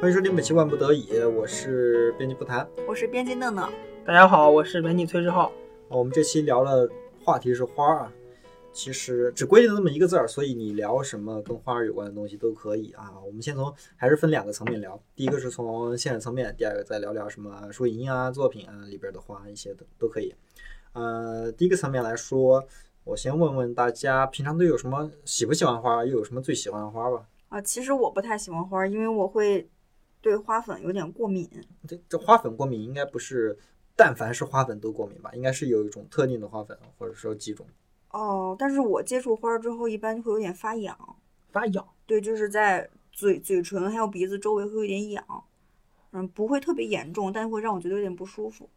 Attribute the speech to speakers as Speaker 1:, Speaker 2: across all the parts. Speaker 1: 欢迎收听本期《万不得已》，我是编辑不谈。啊
Speaker 2: 我是编辑乐乐，
Speaker 3: 大家好，我是编辑崔志浩。
Speaker 1: 我们这期聊的话题是花儿啊，其实只规定这么一个字儿，所以你聊什么跟花儿有关的东西都可以啊。我们先从还是分两个层面聊，第一个是从现实层面，第二个再聊聊什么书影音啊、作品啊里边的花一些的都可以。呃，第一个层面来说，我先问问大家平常都有什么喜不喜欢花，又有什么最喜欢的花吧。
Speaker 2: 啊，其实我不太喜欢花儿，因为我会对花粉有点过敏。
Speaker 1: 这这花粉过敏应该不是，但凡是花粉都过敏吧，应该是有一种特定的花粉，或者说几种。
Speaker 2: 哦，但是我接触花儿之后，一般就会有点发痒，
Speaker 3: 发痒，
Speaker 2: 对，就是在嘴、嘴唇还有鼻子周围会有点痒，嗯，不会特别严重，但会让我觉得有点不舒服。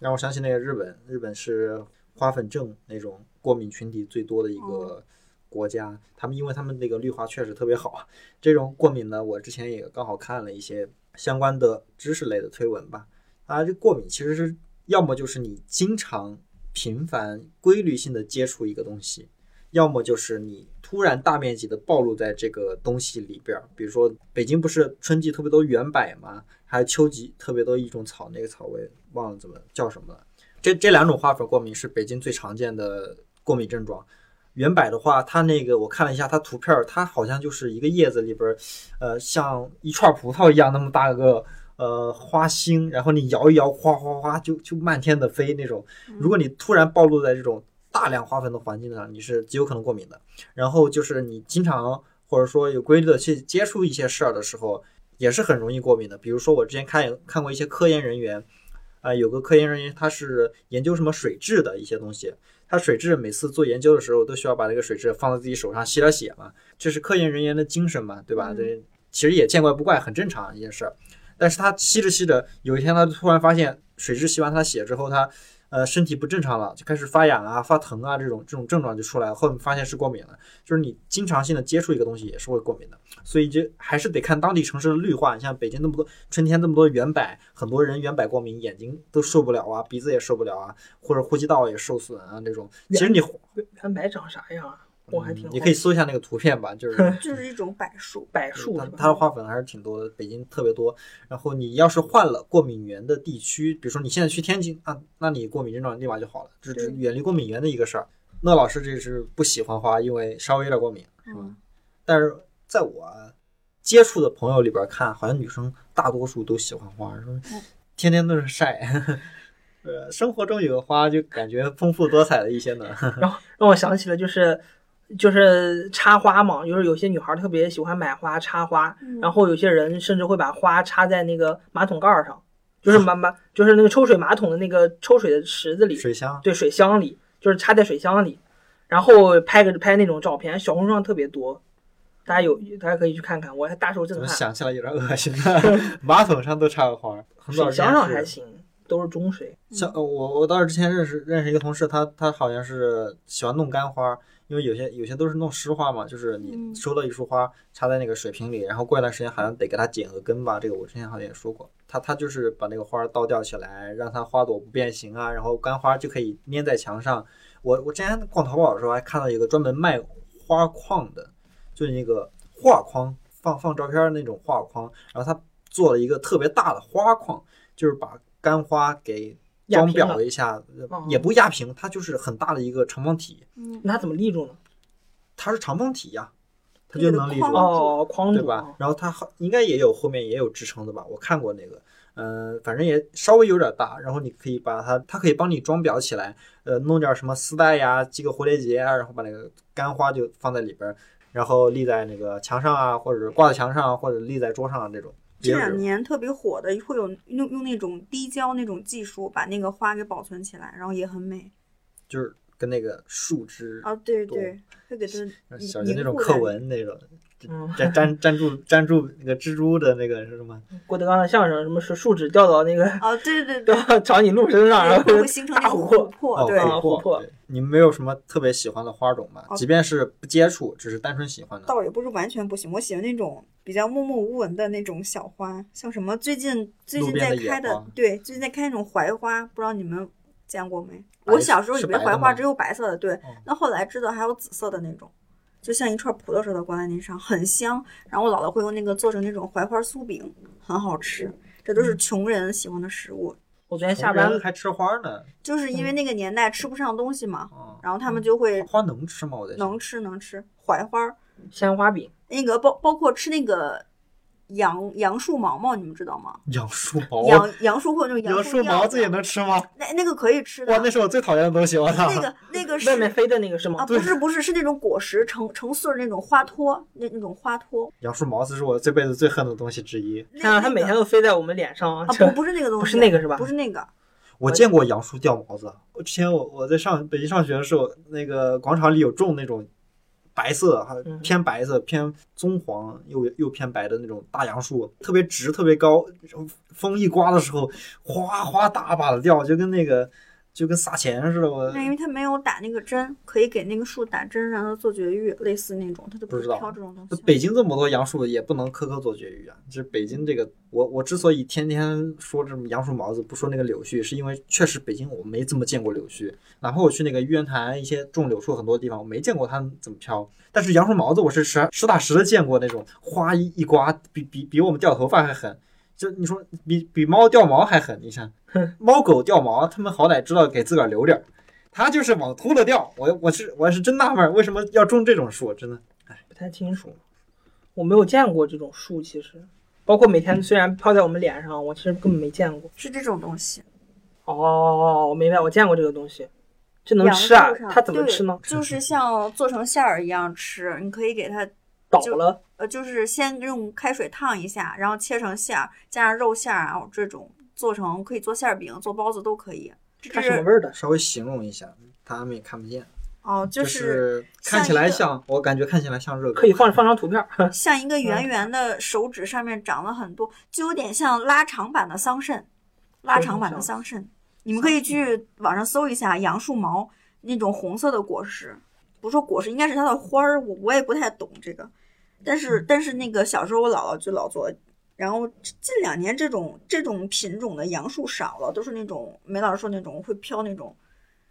Speaker 1: 让我想起那个日本，日本是花粉症那种过敏群体最多的一个国家。他们因为他们那个绿化确实特别好啊，这种过敏呢，我之前也刚好看了一些相关的知识类的推文吧。啊，这过敏其实是要么就是你经常、频繁、规律性的接触一个东西，要么就是你突然大面积的暴露在这个东西里边儿。比如说，北京不是春季特别多圆柏吗？还有秋季特别多一种草，那个草我也忘了怎么叫什么了。这这两种花粉过敏是北京最常见的过敏症状。圆柏的话，它那个我看了一下，它图片儿，它好像就是一个叶子里边儿，呃，像一串葡萄一样那么大个呃花心，然后你摇一摇，哗哗哗就就漫天的飞那种。如果你突然暴露在这种大量花粉的环境上，你是极有可能过敏的。然后就是你经常或者说有规律的去接触一些事儿的时候，也是很容易过敏的。比如说我之前看看过一些科研人员，啊、有个科研人员他是研究什么水质的一些东西，他水质每次做研究的时候都需要把这个水质放在自己手上吸点血嘛，这是科研人员的精神嘛，对吧？
Speaker 2: 嗯
Speaker 1: 这其实也见怪不怪，很正常一件事儿。但是他吸着吸着，有一天他突然发现水质吸完他的血之后，他呃身体不正常了，就开始发痒啊、发疼啊这种这种症状就出来了，后面发现是过敏了。就是你经常性的接触一个东西也是会过敏的，所以这还是得看当地城市的绿化。你像北京那么多春天那么多圆柏，很多人圆柏过敏，眼睛都受不了啊，鼻子也受不了啊，或者呼吸道也受损啊这种。其实你
Speaker 3: 原原白长啥样啊？我还挺好
Speaker 1: 嗯你可以搜一下那个图片吧，就是
Speaker 2: 就是一种柏树，
Speaker 3: 柏 树
Speaker 1: 它
Speaker 3: 是
Speaker 1: 嗯
Speaker 3: 吧
Speaker 1: 它的花粉还是挺多的，北京特别多。然后你要是换了过敏源的地区，比如说你现在去天津啊，那你过敏症状立马就好了，这是
Speaker 3: 对
Speaker 1: 远离过敏源的一个事儿。那老师这是不喜欢花，因为稍微有点过敏，是吧？
Speaker 2: 嗯
Speaker 1: 但是在我接触的朋友里边看，好像女生大多数都喜欢花，说天天都是晒。 呃，生活中有个花，就感觉丰富多彩了一些呢。
Speaker 3: 让我想起了就是就是插花嘛，就是有些女孩特别喜欢买花插花，
Speaker 2: 嗯
Speaker 3: 然后有些人甚至会把花插在那个马桶盖儿上， 就是马马就是那个抽水马桶的那个抽水的池子里，
Speaker 1: 水乡，
Speaker 3: 对水箱里，就是插在水箱里，然后拍个拍那种照片，小红书上特别多，大家有大家可以去看看，我还大受
Speaker 1: 怎
Speaker 3: 震
Speaker 1: 么
Speaker 3: 撼。
Speaker 1: 想起来有点恶心呢？马桶上都插个花儿，很早
Speaker 3: 水
Speaker 1: 之前
Speaker 3: 箱上
Speaker 1: 是
Speaker 3: 还行，都是中水。
Speaker 2: 嗯
Speaker 1: 像呃我我倒是之前认识认识一个同事，他他好像是喜欢弄干花，因为有些有些都是弄湿花嘛，就是你
Speaker 2: 嗯
Speaker 1: 收到一束花插在那个水瓶里，然后过一段时间好像得给它剪个根吧，这个我之前好像也说过。他他就是把那个花倒吊起来，让它花朵不变形啊，然后干花就可以粘在墙上。我我之前逛淘宝的时候还看到一个专门卖花框的，就是那个画框，放放照片儿那种画框，然后他做了一个特别大的花框，就是把干花给
Speaker 3: 压
Speaker 1: 装
Speaker 3: 平
Speaker 1: 裱
Speaker 3: 了
Speaker 1: 了一下，呃
Speaker 3: 哦
Speaker 1: 也不压平，它就是很大的一个长方体，
Speaker 2: 嗯，
Speaker 3: 那它怎么立住呢？
Speaker 1: 它是长方体呀、它
Speaker 2: 就
Speaker 1: 就是能立
Speaker 2: 框
Speaker 1: 住。
Speaker 3: 哦，框住
Speaker 1: 对吧
Speaker 3: 啊？？
Speaker 1: 然后它好应该也有后面也有支撑的吧？我看过那个，嗯、反正也稍微有点大。然后你可以把它，它可以帮你装裱起来，呃，弄点什么丝带呀，系个蝴蝶结啊，然后把那个干花就放在里边儿，然后立在那个墙上啊，或者是挂在墙上啊，或者立在桌上啊这种。也
Speaker 2: 这
Speaker 1: 有
Speaker 2: 两
Speaker 1: 种
Speaker 2: 年特别火的，会有用用那种滴胶那种技术把那个花给保存起来，然后也很美。
Speaker 1: 就是跟那个树枝，
Speaker 2: 啊，对
Speaker 1: 懂
Speaker 2: 对，会给它凝
Speaker 1: 小学那种
Speaker 2: 凝固
Speaker 1: 课
Speaker 2: 在
Speaker 1: 文那种，
Speaker 3: 嗯，
Speaker 1: 粘粘粘住粘住那个蜘蛛的那个是什么？
Speaker 3: 郭德纲的相声，什么是树枝掉到那 个
Speaker 2: 啊，对对 对
Speaker 3: 掉，到长颈鹿身上，然
Speaker 2: 对
Speaker 3: 后
Speaker 2: 会形成那
Speaker 3: 大
Speaker 2: 种
Speaker 3: 琥
Speaker 2: 琥
Speaker 3: 珀。
Speaker 2: 珀，
Speaker 1: 哦，
Speaker 2: 对，
Speaker 3: 啊
Speaker 1: 琥
Speaker 3: 琥珀
Speaker 1: 对你们没有什么特别喜欢的花种吗？
Speaker 2: 哦
Speaker 1: 即便是不接触，只是单纯喜欢的。
Speaker 2: 倒也不是完全不行，我喜欢那种比较默默无闻的那种小花，像什么最近最
Speaker 1: 路
Speaker 2: 近
Speaker 1: 边
Speaker 2: 在
Speaker 1: 的野
Speaker 2: 开的
Speaker 1: 花，
Speaker 2: 对，最近在开那种槐花，不知道你们见过没？
Speaker 1: 白
Speaker 2: 我小时候以
Speaker 1: 是
Speaker 2: 为
Speaker 1: 白的
Speaker 2: 槐花
Speaker 1: 吗哦
Speaker 2: 只有白色的，对，那后来知道还有紫色的那种，就像一串葡萄烧到挂在那上，很香。然后我姥姥会用那个做成那种槐花酥饼，很好吃。这都
Speaker 1: 嗯
Speaker 2: 是穷人喜欢的食物，
Speaker 3: 我昨天下
Speaker 1: 穷
Speaker 3: 班
Speaker 1: 人还吃花呢，
Speaker 2: 就是因为
Speaker 1: 嗯
Speaker 2: 那个年代吃不上东西嘛，
Speaker 1: 啊，
Speaker 2: 然后他们就会
Speaker 1: 花能吃吗？我在想
Speaker 2: 能吃能吃槐花儿，
Speaker 3: 鲜花饼，
Speaker 2: 那个包包括吃那个杨杨树毛毛，你们知道吗？
Speaker 1: 杨 树
Speaker 3: 哦
Speaker 1: 毛，
Speaker 2: 杨杨树或者那种
Speaker 1: 杨
Speaker 2: 树
Speaker 1: 树
Speaker 2: 吊
Speaker 1: 毛
Speaker 2: 子
Speaker 1: 子也能吃吗？
Speaker 2: 那那个可以吃
Speaker 1: 哇，
Speaker 2: 的，
Speaker 1: 那是我最讨厌的东西，我操！
Speaker 2: 那个那个是
Speaker 3: 外面飞的那个是
Speaker 2: 啊，
Speaker 3: 吗？
Speaker 2: 不是不是，是那种果实成成穗儿那种花托，那那种花托。
Speaker 1: 杨树毛子是我这辈子最恨的东西之一。
Speaker 2: 那
Speaker 3: 看到它
Speaker 2: 那
Speaker 3: 每
Speaker 2: 个
Speaker 3: 天都飞在我们脸上，
Speaker 2: 啊
Speaker 3: 这
Speaker 2: 不不是那个东西，
Speaker 3: 不是那个是吧
Speaker 2: 不是那个，
Speaker 1: 我见过杨树掉毛子。我之前我我在上北京上学的时候，那个广场里有种那种白色哈
Speaker 3: 嗯
Speaker 1: 偏白色偏棕黄又又偏白的那种大杨树，特别直特别高，然后风一刮的时候哗哗大把的掉，就跟那个就跟撒钱似的。我
Speaker 2: 那因为它没有打那个针，可以给那个树打针让它做绝育，类似那种，它就
Speaker 1: 不知道
Speaker 2: 挑这种东
Speaker 1: 那
Speaker 2: 西。
Speaker 1: 北京这么多杨树也不能棵棵做绝育啊！就是北京这个，我我之所以天天说这么杨树毛子，不说那个柳絮，是因为确实北京我没怎么见过柳絮，哪怕我去那个玉渊潭一些种柳树很多地方，我没见过它们怎么飘。但是杨树毛子我是实实打实的见过那种哗一一刮，比比比我们掉头发还狠。就你说比比猫掉毛还狠，你看猫狗掉毛，它们好歹知道给自个儿留点儿，它就是往秃了掉。我我是我是真纳闷儿，为什么要种这种树？真的
Speaker 3: 不太清楚，我没有见过这种树，其实包括每天虽然飘在我们脸上，我其实根本没见过。
Speaker 2: 是这种东西，
Speaker 3: 哦，我明白，我见过这个东西，这能
Speaker 2: 杨
Speaker 3: 吃啊
Speaker 2: 树上？
Speaker 3: 它怎么
Speaker 2: 对
Speaker 3: 吃呢？
Speaker 2: 就是像做成馅儿一样吃，你可以给它
Speaker 3: 倒
Speaker 2: 就
Speaker 3: 了，
Speaker 2: 呃，就是先用开水烫一下，然后切成馅儿，加上肉馅儿啊这种，做成可以做馅儿饼、做包子都可以。这
Speaker 3: 它什么
Speaker 2: 是
Speaker 3: 味儿的？
Speaker 1: 稍微形容一下，他们也看不见，
Speaker 2: 哦，
Speaker 1: 就是看起来
Speaker 2: 像
Speaker 1: 像，我感觉看起来像热狗，
Speaker 3: 可以放放张图片儿。
Speaker 2: 像一个圆圆的手指，上面长了很多，就有点像拉长版的桑葚，拉长版的桑葚。你们可以去网上搜一下杨树毛那种红色的果实，不是说果实，应该是它的花儿。我我也不太懂这个，但是但是那个小时候我姥姥就老做，然后近两年这种这种品种的杨树少了，都是那种梅老师说那种会飘那种，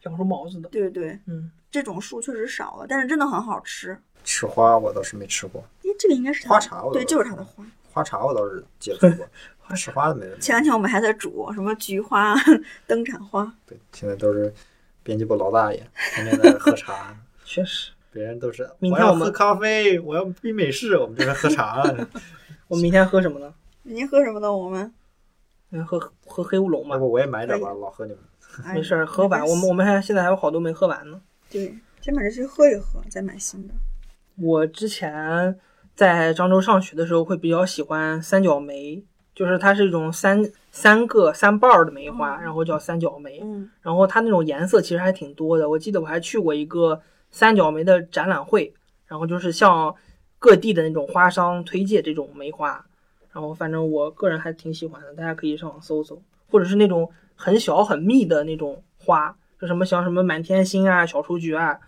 Speaker 3: 养出毛子的，
Speaker 2: 对对对，
Speaker 3: 嗯，
Speaker 2: 这种树确实少了，但是真的很好吃。
Speaker 1: 吃花我倒是没吃过，
Speaker 2: 诶，这个应该是它
Speaker 1: 花
Speaker 2: 的
Speaker 1: 茶我倒
Speaker 2: 对，就是它的花。
Speaker 1: 花茶我倒是接触过，吃花的没人。
Speaker 2: 前两天我们还在煮什么菊花、啊 灯盏花，
Speaker 1: 对，现在都是编辑部老大爷，天天在那喝茶，
Speaker 3: 确实。
Speaker 1: 别人都是
Speaker 3: 明天
Speaker 1: 要
Speaker 3: 我们
Speaker 1: 喝咖啡，我要冰美式，我们这边喝茶了。
Speaker 3: 我明天喝什么呢？
Speaker 2: 您喝什么呢？我们
Speaker 3: 嗯，喝喝黑乌龙吧
Speaker 1: 要。不我也买点吧，老喝你们。
Speaker 2: 哎
Speaker 3: 没事儿，喝完。我们我们还现在还有好多没喝完呢。
Speaker 2: 对，先把这些喝一喝，再买新的。
Speaker 3: 我之前在漳州上学的时候，会比较喜欢三角梅，就是它是一种三三个三瓣儿的梅花，然后叫三角梅。
Speaker 2: 嗯，
Speaker 3: 然后它那种颜色其实还挺多的。我记得我还去过一个三角梅的展览会，然后就是向各地的那种花商推介这种梅花。然后反正我个人还挺喜欢的，大家可以上网搜搜，或者是那种很小很密的那种花，就什么像什么满天星啊、小雏菊啊。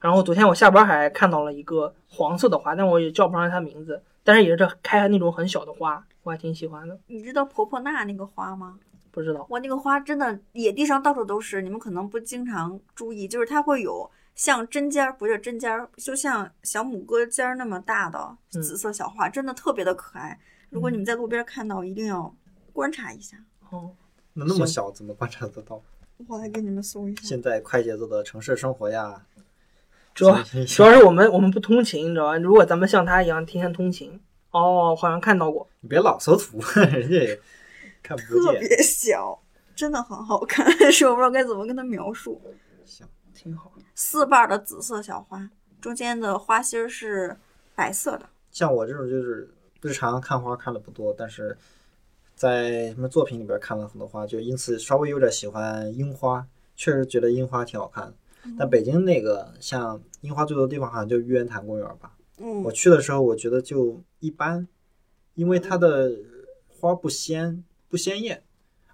Speaker 3: 然后昨天我下班还看到了一个黄色的花，但我也叫不上它名字，但是也是开那种很小的花，我还挺喜欢的。
Speaker 2: 你知道婆婆纳那个花吗？
Speaker 3: 不知道
Speaker 2: 哇，那个花真的野地上到处都是，你们可能不经常注意，就是它会有像针尖儿，不是针尖儿，就像小拇哥尖儿那么大的
Speaker 3: 嗯
Speaker 2: 紫色小花，真的特别的可爱。如果你们在路边看到，一定要观察一下。
Speaker 3: 哦，
Speaker 1: 那那么
Speaker 3: 行
Speaker 1: 小怎么观察得到？
Speaker 2: 我来给你们搜一下。
Speaker 1: 现在快节奏的城市生活呀，
Speaker 3: 主要
Speaker 1: 所以
Speaker 3: 主要是我们我们不通勤，你知道吧？如果咱们像他一样天天通勤，哦，好像看到过，
Speaker 1: 你别老搜图， 人家也看不
Speaker 2: 特
Speaker 1: 见。
Speaker 2: 别小，真的很好看， 是我不知道该怎么跟它描述。
Speaker 1: 行，
Speaker 3: 挺好。
Speaker 2: 四瓣儿的紫色小花，中间的花心儿是白色的。
Speaker 1: 像我这种就是日常看花看的不多，但是在什么作品里边看了很多花，就因此稍微有点喜欢樱花，确实觉得樱花挺好看的。但北京那个像樱花最多的地方好像就玉渊潭公园吧。
Speaker 2: 嗯
Speaker 1: 我，去的时候我觉得就一般，因为它的花不鲜不鲜艳，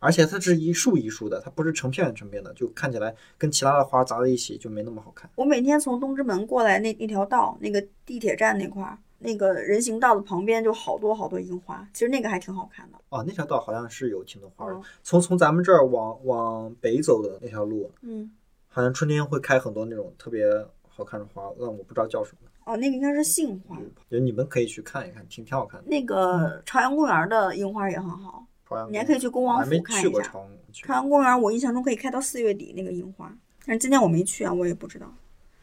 Speaker 1: 而且它是一束一束的，它不是成片成片的，就看起来跟其他的花杂在一起就没那么好看。
Speaker 2: 我每天从东直门过来那那条道，那个地铁站那块儿，那个人行道的旁边就好多好多樱花，其实那个还挺好看的。
Speaker 1: 哦，那条道好像是有挺多花的
Speaker 2: 嗯，
Speaker 1: 从从咱们这儿往往北走的那条路，
Speaker 2: 嗯，
Speaker 1: 好像春天会开很多那种特别好看的花，但我不知道叫什么。
Speaker 2: 哦，那个应该是杏花，
Speaker 1: 就你们可以去看一看，挺挺好看的。
Speaker 2: 那个朝阳公园的樱花也很好，
Speaker 1: 朝阳公
Speaker 2: 你还
Speaker 1: 园
Speaker 2: 可以去恭
Speaker 1: 嗯我
Speaker 2: 王
Speaker 1: 还没
Speaker 2: 府看
Speaker 1: 去
Speaker 2: 一
Speaker 1: 过
Speaker 2: 下。
Speaker 1: 朝阳公园去
Speaker 2: 朝阳公园我印象中可以开到四月底那个樱花，但是今年我没去啊，我也不知道。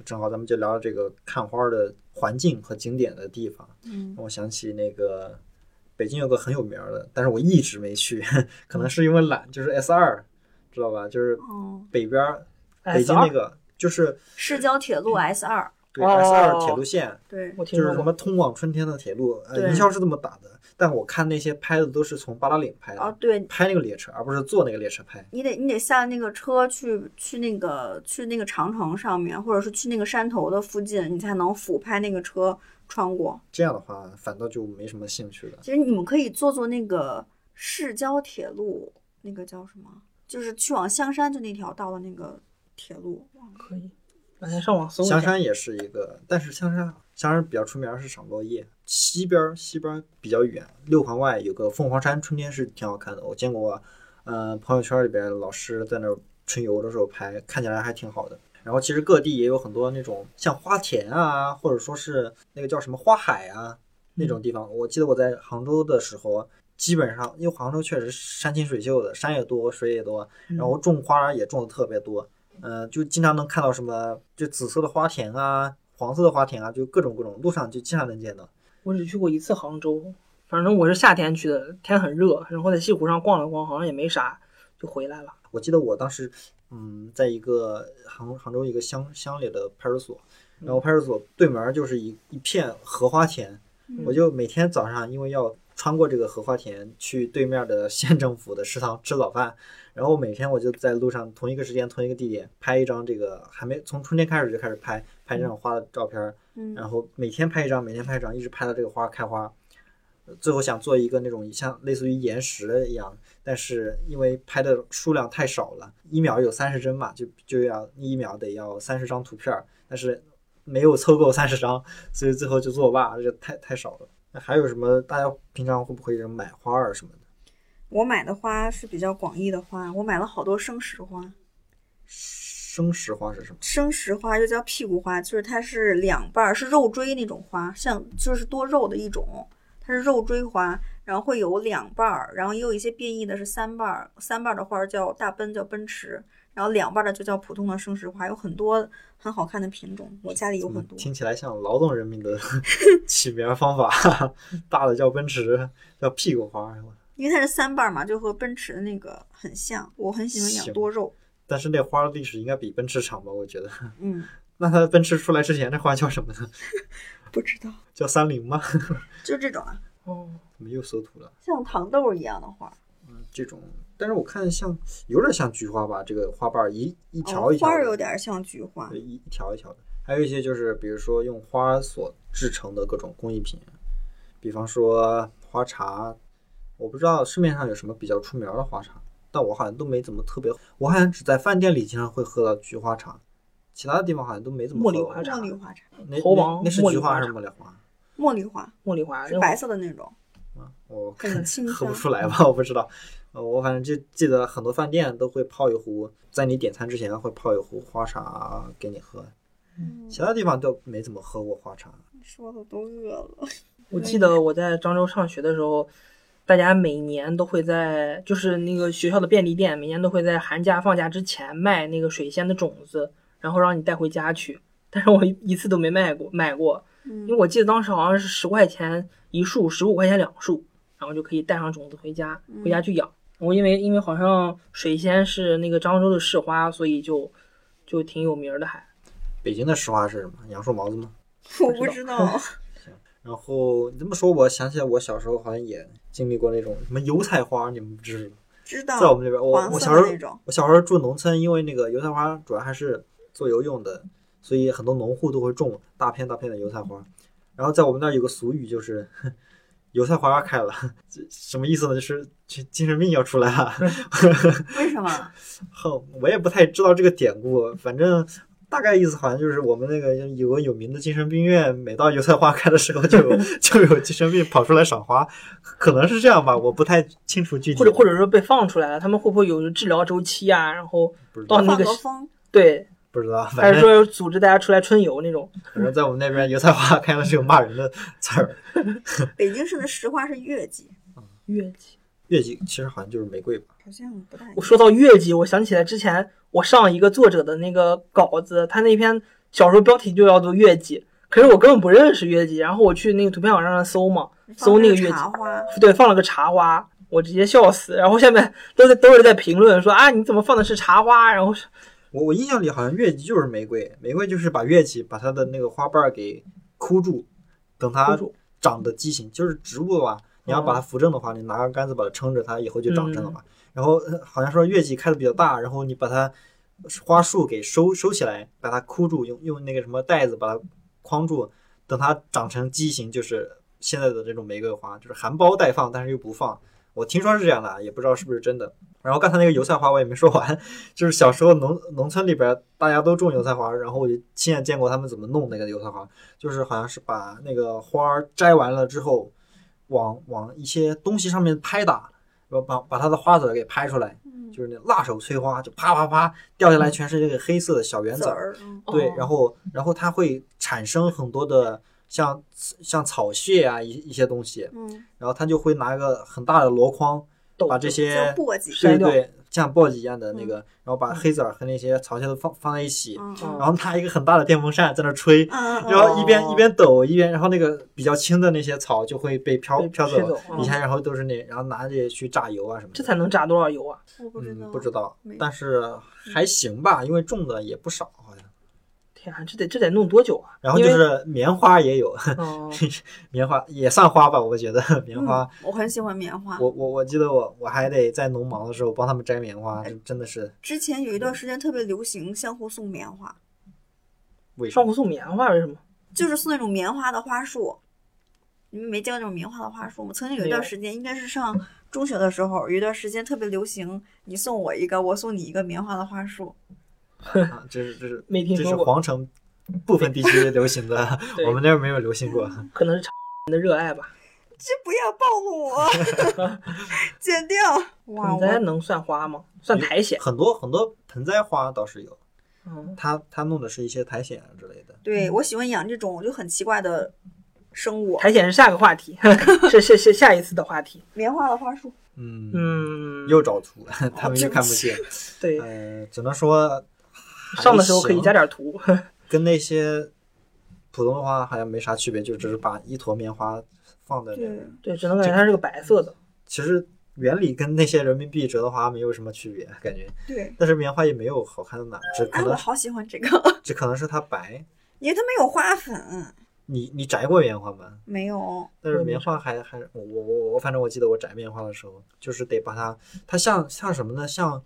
Speaker 1: 正好咱们就聊聊这个看花的环境和景点的地方，
Speaker 2: 嗯，
Speaker 1: 让我想起那个北京有个很有名儿的，但是我一直没去， 可能是因为懒，就是 S 二，知道吧？就是
Speaker 2: 哦，
Speaker 1: 北边儿北
Speaker 3: S
Speaker 1: 京那
Speaker 3: 二，
Speaker 1: 个就是
Speaker 2: 市郊铁路 S 二，
Speaker 1: 对
Speaker 3: 哦
Speaker 1: S 二铁路线，
Speaker 2: 嗯对，
Speaker 3: 我听
Speaker 1: 就是
Speaker 3: 说
Speaker 1: 什
Speaker 3: 过。
Speaker 1: 么通往春天的铁路，呃，
Speaker 2: 对
Speaker 1: 营销是这么打的，但我看那些拍的都是从八达岭拍
Speaker 2: 哦
Speaker 1: 的，
Speaker 2: 对，
Speaker 1: 拍那个列车，而不是坐那个列车拍。
Speaker 2: 你得你得下那个车去去那个去那个长城上面，或者是去那个山头的附近，你才能俯拍那个车穿过。
Speaker 1: 这样的话，反倒就没什么兴趣了。
Speaker 2: 其实你们可以坐坐那个市郊铁路，那个叫什么？就是去往香山就那条道的那个铁路，忘了
Speaker 3: 可以，我先上网搜一
Speaker 1: 香
Speaker 3: 下。
Speaker 1: 山也是一个，但是香山香山比较出名是赏落叶，西边儿西边儿比较远，六环外有个凤凰山，春天是挺好看的。我见过，呃，朋友圈里边老师在那儿春游的时候拍，看起来还挺好的。然后其实各地也有很多那种像花田啊，或者说是那个叫什么花海啊那种地方。我记得我在杭州的时候，基本上因为杭州确实山清水秀的，山也多，水也多，
Speaker 3: 嗯
Speaker 1: 然后种花也种的特别多，呃，就经常能看到什么就紫色的花田啊，黄色的花田啊，就各种各种，路上就经常能见到。
Speaker 3: 我只去过一次杭州，反正我是夏天去的，天很热，然后在西湖上逛了逛，好像也没啥，就回来了。
Speaker 1: 我记得我当时，嗯，在一个杭杭州一个乡乡里的派出所，然后派出所对门儿就是一一片荷花田，我就每天早上因为要穿过这个荷花田去对面的县政府的食堂吃早饭，然后每天我就在路上同一个时间同一个地点拍一张这个还没从春天开始就开始拍拍这种花的照片儿，
Speaker 2: 嗯，
Speaker 1: 然后每天拍一张，每天拍一张，一直拍到这个花开花。呃最后想做一个那种像类似于岩石一样，但是因为拍的数量太少了，一秒有三十帧嘛，就就要一秒得要三十张图片儿，但是没有凑够三十张，所以最后就作罢，这太太少了。那还有什么？大家平常会不会有人买花儿什么的？
Speaker 2: 我买的花是比较广义的花，我买了好多生石花。
Speaker 1: 生石花是什么？
Speaker 2: 生石花又叫屁股花，就是它是两瓣儿，是肉锥那种花，像就是多肉的一种，它是肉锥花，然后会有两瓣儿，然后也有一些变异的是三瓣儿，三瓣儿的花儿叫大奔，叫奔驰，然后两瓣儿的就叫普通的生石花，有很多很好看的品种，我家里有
Speaker 1: 怎么
Speaker 2: 很多。
Speaker 1: 嗯听起来像劳动人民 的 起名方法，大的叫奔驰，叫屁股花。
Speaker 2: 因为它是三瓣儿嘛，就和奔驰的那个很像，我很喜欢养
Speaker 1: 行
Speaker 2: 多肉。
Speaker 1: 但是那花儿历史应该比奔驰长吧？我觉得。
Speaker 2: 嗯，
Speaker 1: 那它奔驰出来之前，这花叫什么呢？
Speaker 2: 不知道，
Speaker 1: 叫三菱吗？
Speaker 2: 就这种啊，
Speaker 3: 哦，
Speaker 1: 怎么又搜图了？
Speaker 2: 像糖豆儿一样的花，
Speaker 1: 嗯，这种，但是我看像有点像菊花吧，这个花瓣儿一一条
Speaker 2: 哦
Speaker 1: 一条哎
Speaker 2: 花
Speaker 1: 的、
Speaker 2: 儿有点像菊花。
Speaker 1: 对一一条一条的。还有一些就是，比如说用花所制成的各种工艺品，比方说花茶，我不知道市面上有什么比较出名的花茶，但我好像都没怎么特别，我好像只在饭店里经常会喝到菊花茶，其他的地方好像都没怎么
Speaker 3: 茉
Speaker 1: 喝
Speaker 3: 莉
Speaker 1: 过。
Speaker 3: 花茶
Speaker 2: 茉莉花茶，
Speaker 1: 那
Speaker 3: 猴王
Speaker 1: 那那是
Speaker 3: 茉莉
Speaker 1: 菊花
Speaker 3: 花
Speaker 1: 还是
Speaker 3: 茶
Speaker 1: 茉莉花？
Speaker 2: 茉莉花
Speaker 3: 茉莉花
Speaker 2: 是白色的那种。
Speaker 1: 啊，我
Speaker 2: 很清
Speaker 1: 喝不
Speaker 2: 香。
Speaker 1: 出来吧，我 不知道。呃，我反正就记得很多饭店都会泡一壶，在你点餐之前会泡一壶花茶给你喝，
Speaker 2: 嗯
Speaker 1: 其他地方都没怎么喝过花茶。
Speaker 2: 说的都饿了。
Speaker 3: 我记得我在漳州上学的时候，大家每年都会在，就是那个学校的便利店，每年都会在寒假放假之前卖那个水仙的种子，然后让你带回家去。但是我一一次都没卖过，买过，因为
Speaker 2: 嗯
Speaker 3: 我记得当时好像是十块钱一束，十五块钱两束，然后就可以带上种子回家，回家去养。我因为因为好像水仙是那个漳州的市花，所以就就挺有名儿的还，
Speaker 1: 北京的石花是什么？杨树毛子吗？
Speaker 2: 我不知道。
Speaker 1: 然后你这么说，我想起来我小时候好像也经历过那种什么油菜花，你们知道吗？
Speaker 2: 知
Speaker 1: 在我
Speaker 2: 道
Speaker 1: 们这边，我
Speaker 2: 黄
Speaker 1: 我
Speaker 2: 色
Speaker 1: 小时
Speaker 2: 的
Speaker 1: 候
Speaker 2: 那种，
Speaker 1: 我小时候住农村，因为那个油菜花主要还是做油用的，所以很多农户都会种大片大片的油菜花。然后在我们那儿有个俗语，就是 油菜花开了，这什么意思呢？就是精精神病要出来了。
Speaker 2: 为什么？
Speaker 1: 哼，我也不太知道这个典故，反正大概意思好像就是我们那个有个有名的精神病院，每到油菜花开的时候就有 就有精神病跑出来赏花，可能是这样吧，我不太清楚具体。
Speaker 3: 或者或者说被放出来了，他们会不会有治疗周期啊？然后
Speaker 1: 不知道
Speaker 3: 到那
Speaker 2: 放
Speaker 3: 个
Speaker 2: 个
Speaker 3: 时
Speaker 2: 风，
Speaker 3: 对
Speaker 1: 不知道，
Speaker 3: 还
Speaker 1: 反
Speaker 3: 是
Speaker 1: 正
Speaker 3: 说组织大家出来春游那种？
Speaker 2: 嗯
Speaker 1: 反正在我们那边油菜花看上是有骂人的词儿。
Speaker 2: 北京市的实话是月季，
Speaker 3: 月季。
Speaker 1: 月季其实好像就是玫瑰吧，
Speaker 2: 好像不太一样
Speaker 3: 我说到月季，我想起来之前我上一个作者的那个稿子，他那篇小说标题就叫做《月季》，可是我根本不认识月季，然后我去那个图片网站上搜嘛，搜那个月季
Speaker 2: 茶花，
Speaker 3: 对，放了个茶花，我直接笑死。然后下面 都在都是在评论说啊，你怎么放的是茶花？然后是
Speaker 1: 我我印象里好像月季就是玫瑰，玫瑰就是把月季把它的那个花瓣儿给箍住，等它
Speaker 3: 住
Speaker 1: 长的畸形，就是植物吧。你要把它扶正的话，你拿个杆子把它撑着，它以后就长正了嘛。然后呃好像说月季开的比较大，然后你把它花束给收收起来，把它箍住，用用那个什么袋子把它框住，等它长成畸形，就是现在的这种玫瑰花，就是含苞待放，但是又不放。我听说是这样的啊，也不知道是不是真的。然后刚才那个油菜花我也没说完， 就是小时候农农村里边大家都种油菜花，然后我就亲眼见过他们怎么弄那个油菜花，就是好像是把那个花儿摘完了之后，往往一些东西上面拍打，然后把把它的花籽给拍出来，
Speaker 2: 嗯
Speaker 1: 就是那辣手摧花，就啪啪啪掉下来，全是这个黑色的小圆
Speaker 2: 籽
Speaker 1: 籽儿。
Speaker 2: 儿，嗯
Speaker 1: 对
Speaker 3: 哦，
Speaker 1: 然后然后它会产生很多的像像草屑啊一一些东西，
Speaker 2: 嗯，
Speaker 1: 然后它就会拿个很大的箩筐
Speaker 3: 抖
Speaker 1: 把这些
Speaker 2: 叫簸箕，
Speaker 3: 筛
Speaker 1: 对
Speaker 3: 掉
Speaker 1: 对像簸箕一样的那
Speaker 2: 嗯
Speaker 1: 个，然后把黑籽儿和那些草屑都放放在一起，
Speaker 2: 嗯
Speaker 3: 嗯
Speaker 1: 然后拿一个很大的电风扇在那吹，
Speaker 2: 嗯嗯
Speaker 1: 然后一边
Speaker 3: 哦
Speaker 1: 一边抖一边，然后那个比较轻的那些草就会被飘
Speaker 3: 被
Speaker 1: 飘
Speaker 3: 吹
Speaker 1: 走
Speaker 3: 走，
Speaker 1: 以
Speaker 3: 嗯
Speaker 1: 前然后都是那，然后拿着去榨油啊什么的。
Speaker 3: 这才能榨多少油啊？
Speaker 2: 我不知道，
Speaker 1: 嗯不知道
Speaker 2: 没，
Speaker 1: 但
Speaker 3: 嗯
Speaker 1: 是还行吧，因为种的也不少好像。
Speaker 3: 天啊，这得这得弄多久啊？
Speaker 1: 然后就
Speaker 3: 因为
Speaker 1: 是棉花也有，
Speaker 3: 哦
Speaker 1: 棉花也算花吧，我觉得棉花。
Speaker 2: 嗯我很喜欢棉花。
Speaker 1: 我我我记得我我还得在农忙的时候帮他们摘棉花，这真的是
Speaker 2: 之前有一段时间特别流行相互送棉花，
Speaker 1: 为什
Speaker 3: 上
Speaker 1: 么？
Speaker 3: 户送棉花为什么？
Speaker 2: 就是送那种棉花的花束。你们没见过那种棉花的花束吗？曾经有一段时间，应该是上中学的时候，有一段时间特别流行，你送我一个，我送你一个棉花的花束。
Speaker 1: 啊这是这是
Speaker 3: 没听
Speaker 1: 这是
Speaker 3: 说过，
Speaker 1: 皇城部分地区流行的，
Speaker 3: 对
Speaker 1: 我们那儿没有流行过。
Speaker 3: 可能是茶人的热爱吧。
Speaker 2: 这不要暴露 我，剪掉！哇，
Speaker 3: 盆
Speaker 2: 我
Speaker 3: 栽能算花吗？算苔藓。
Speaker 1: 很多很多盆栽花倒是有，
Speaker 3: 嗯，
Speaker 1: 他他弄的是一些苔藓啊之类的。
Speaker 2: 对我喜欢养这种就很奇怪的生物，
Speaker 3: 苔藓是下个话题， 是是是下一次的话题。
Speaker 2: 棉花的花束。
Speaker 1: 嗯，
Speaker 3: 嗯，
Speaker 1: 又找图，他们
Speaker 2: 对
Speaker 1: 又
Speaker 2: 不
Speaker 1: 看不
Speaker 2: 起
Speaker 1: 见。
Speaker 3: 对，
Speaker 1: 呃，只能说还
Speaker 3: 上的时候可以加
Speaker 1: 行，
Speaker 3: 点图。
Speaker 1: 跟那些普通的花好像没啥区别，就只是把一坨棉花放在那
Speaker 2: 对
Speaker 1: 儿。，
Speaker 3: 对，只能感觉它是个白色的。
Speaker 1: 其实原理跟那些人民币折的花没有什么区别，感觉。
Speaker 2: 对，
Speaker 1: 但是棉花也没有好看的哪儿，只可
Speaker 2: 哎，我
Speaker 1: 能是
Speaker 2: 好喜欢这个，
Speaker 1: 只可能是它白。
Speaker 2: 因为它没有花粉，
Speaker 1: 你你摘过棉花吗？
Speaker 2: 没有，
Speaker 1: 但是
Speaker 3: 我也没
Speaker 1: 棉花还还我我我我反正我记得我摘棉花的时候，就是得把它，它像像什么呢？像，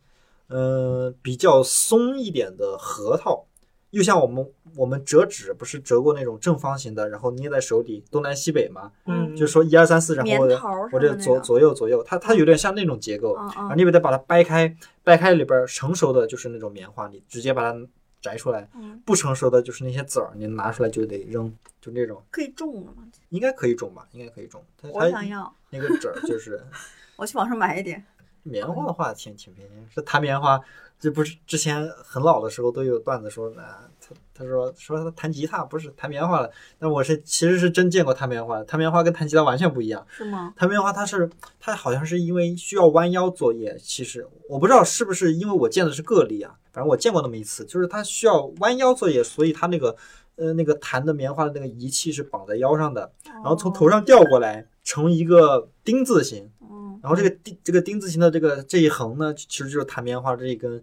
Speaker 1: 嗯，比较松一点的核桃，又像我们我们折纸不是折过那种正方形的，然后捏在手里东南西北嘛，
Speaker 3: 嗯，
Speaker 1: 就说一二三四，然后
Speaker 2: 棉
Speaker 1: 我
Speaker 2: 桃儿
Speaker 1: 我
Speaker 2: 什
Speaker 1: 这
Speaker 2: 么那
Speaker 1: 左
Speaker 2: 个
Speaker 1: 左右左右，它它有点像那种结构，
Speaker 2: 嗯
Speaker 1: 然后
Speaker 2: 嗯
Speaker 1: 你得把它掰开，掰开里边儿成熟的就是那种棉花，你直接把它摘出来，
Speaker 2: 嗯，
Speaker 1: 不成熟的就是那些籽儿，你拿出来就得扔，就那种。
Speaker 2: 可以种的吗？
Speaker 1: 应该可以种吧，应该可以种。它
Speaker 2: 我
Speaker 1: 它
Speaker 2: 想要，
Speaker 1: 那个籽儿就是
Speaker 2: 我去网上买一点。
Speaker 1: 棉花的话挺挺便宜，是弹棉花，这不是之前很老的时候都有段子说呢，他他说说他弹吉他不是弹棉花了，但我是其实是真见过弹棉花，弹棉花跟弹吉他完全不一样。
Speaker 2: 是吗？
Speaker 1: 弹棉花它是它好像是因为需要弯腰作业，其实我不知道是不是因为我见的是个例啊，反正我见过那么一次，就是它需要弯腰作业，所以它那个呃那个弹的棉花的那个仪器是绑在腰上的，
Speaker 2: 然
Speaker 1: 然后从头，上掉过来，成一个丁字形。
Speaker 2: 嗯，
Speaker 1: 然后这个丁这个丁字形的这个这一横呢，其实就是弹棉花这一根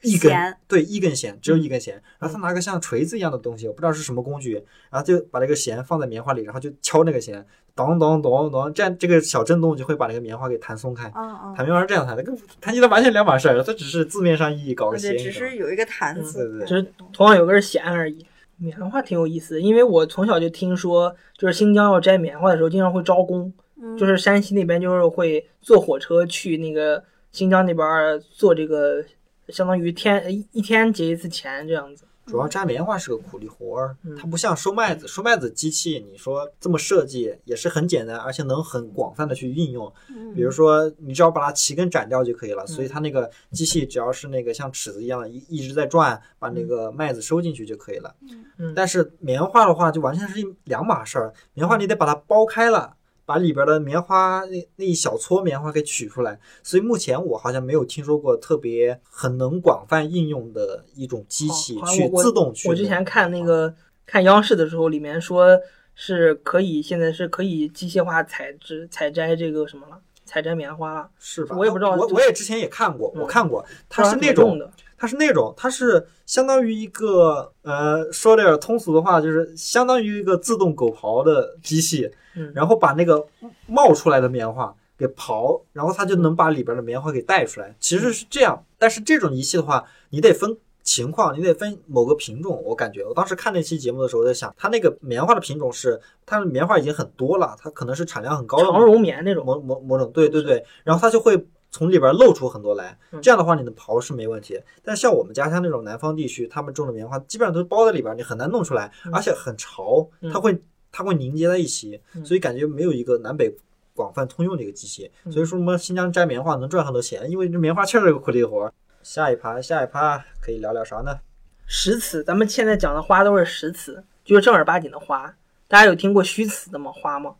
Speaker 1: 一根
Speaker 2: 弦嗯
Speaker 1: 对一根弦，只有一根弦。然后他拿个像锤子一样的东西，我不知道是什么工具，然后就把这个弦放在棉花里，然后就敲那个弦，咚咚咚咚，这样这个小震动就会把这个棉花给弹松开。
Speaker 2: 嗯
Speaker 1: 弹
Speaker 2: 嗯，
Speaker 1: 棉花是这样弹的，跟弹吉他完全两码事儿，它只是字面上意义搞个
Speaker 2: 对
Speaker 1: 谐
Speaker 2: 对，只
Speaker 1: 音梗。
Speaker 2: 是有一个坛
Speaker 1: 对
Speaker 2: 子
Speaker 1: 嗯对，
Speaker 3: 只是同样有根弦而已。棉花挺有意思的，因为我从小就听说，就是新疆要摘棉花的时候，经常会招工，
Speaker 2: 嗯
Speaker 3: 就是山西那边就是会坐火车去那个新疆那边儿做这个，相当于天一一天结一次钱这样子。
Speaker 1: 主要扎棉花是个苦力活儿，
Speaker 3: 嗯
Speaker 1: 它不像收麦子，收麦子机器你说这么设计也是很简单，而且能很广泛的去运用。
Speaker 2: 嗯
Speaker 1: 比如说，你只要把它旗根斩掉就可以了，所以它那个机器只要是那个像尺子一样的，一一直在转，把那个麦子收进去就可以了。
Speaker 3: 嗯
Speaker 1: 但是棉花的话，就完全是一两码事儿。棉花你得把它剥开了，把里边的棉花那那一小撮棉花给取出来。所以目前我好像没有听说过特别很能广泛应用的一种机器
Speaker 3: 好好
Speaker 1: 去
Speaker 3: 哦我
Speaker 1: 自动去。啊
Speaker 3: 我之前看那个看央视的时候，里面说是可以现在是可以机械化采植采摘这个什么了，采摘棉花了，
Speaker 1: 是吧？
Speaker 3: 我也不知道
Speaker 1: 我
Speaker 3: 这
Speaker 1: 我也之前也看过，
Speaker 3: 嗯
Speaker 1: 我看过，它是
Speaker 3: 不知
Speaker 1: 那
Speaker 3: 道怎么
Speaker 1: 种
Speaker 3: 用的，
Speaker 1: 它是那种，它是相当于一个呃，说点儿通俗的话，就是相当于一个自动狗刨的机器，
Speaker 3: 嗯，
Speaker 1: 然后把那个冒出来的棉花给刨，然后它就能把里边的棉花给带出来。其实是这样，但是这种仪器的话，你得分。情况你得分某个品种，我感觉我当时看那期节目的时候在想，它那个棉花的品种是，它的棉花已经很多了，它可能是产量很高的
Speaker 3: 长绒棉那种，
Speaker 1: 某某某种，对对对，然后它就会从里边露出很多来
Speaker 3: 嗯，
Speaker 1: 这样的话你的刨是没问题。但像我们家乡那种南方地区，他们种的棉花基本上都是包在里边，你很难弄出来
Speaker 3: 嗯，
Speaker 1: 而且很潮，
Speaker 3: 嗯
Speaker 1: 它会它会凝结在一起，
Speaker 3: 嗯
Speaker 1: 所以感觉没有一个南北。广泛通用的一个机器，
Speaker 3: 嗯
Speaker 1: 所以说我们新疆摘棉花能赚很多钱，因为这棉花确实是个苦力活儿。下一趴，下一趴可以聊聊啥呢？
Speaker 3: 实词，咱们现在讲的花都是实词，就是正儿八经的花。大家有听过虚词的吗？花吗？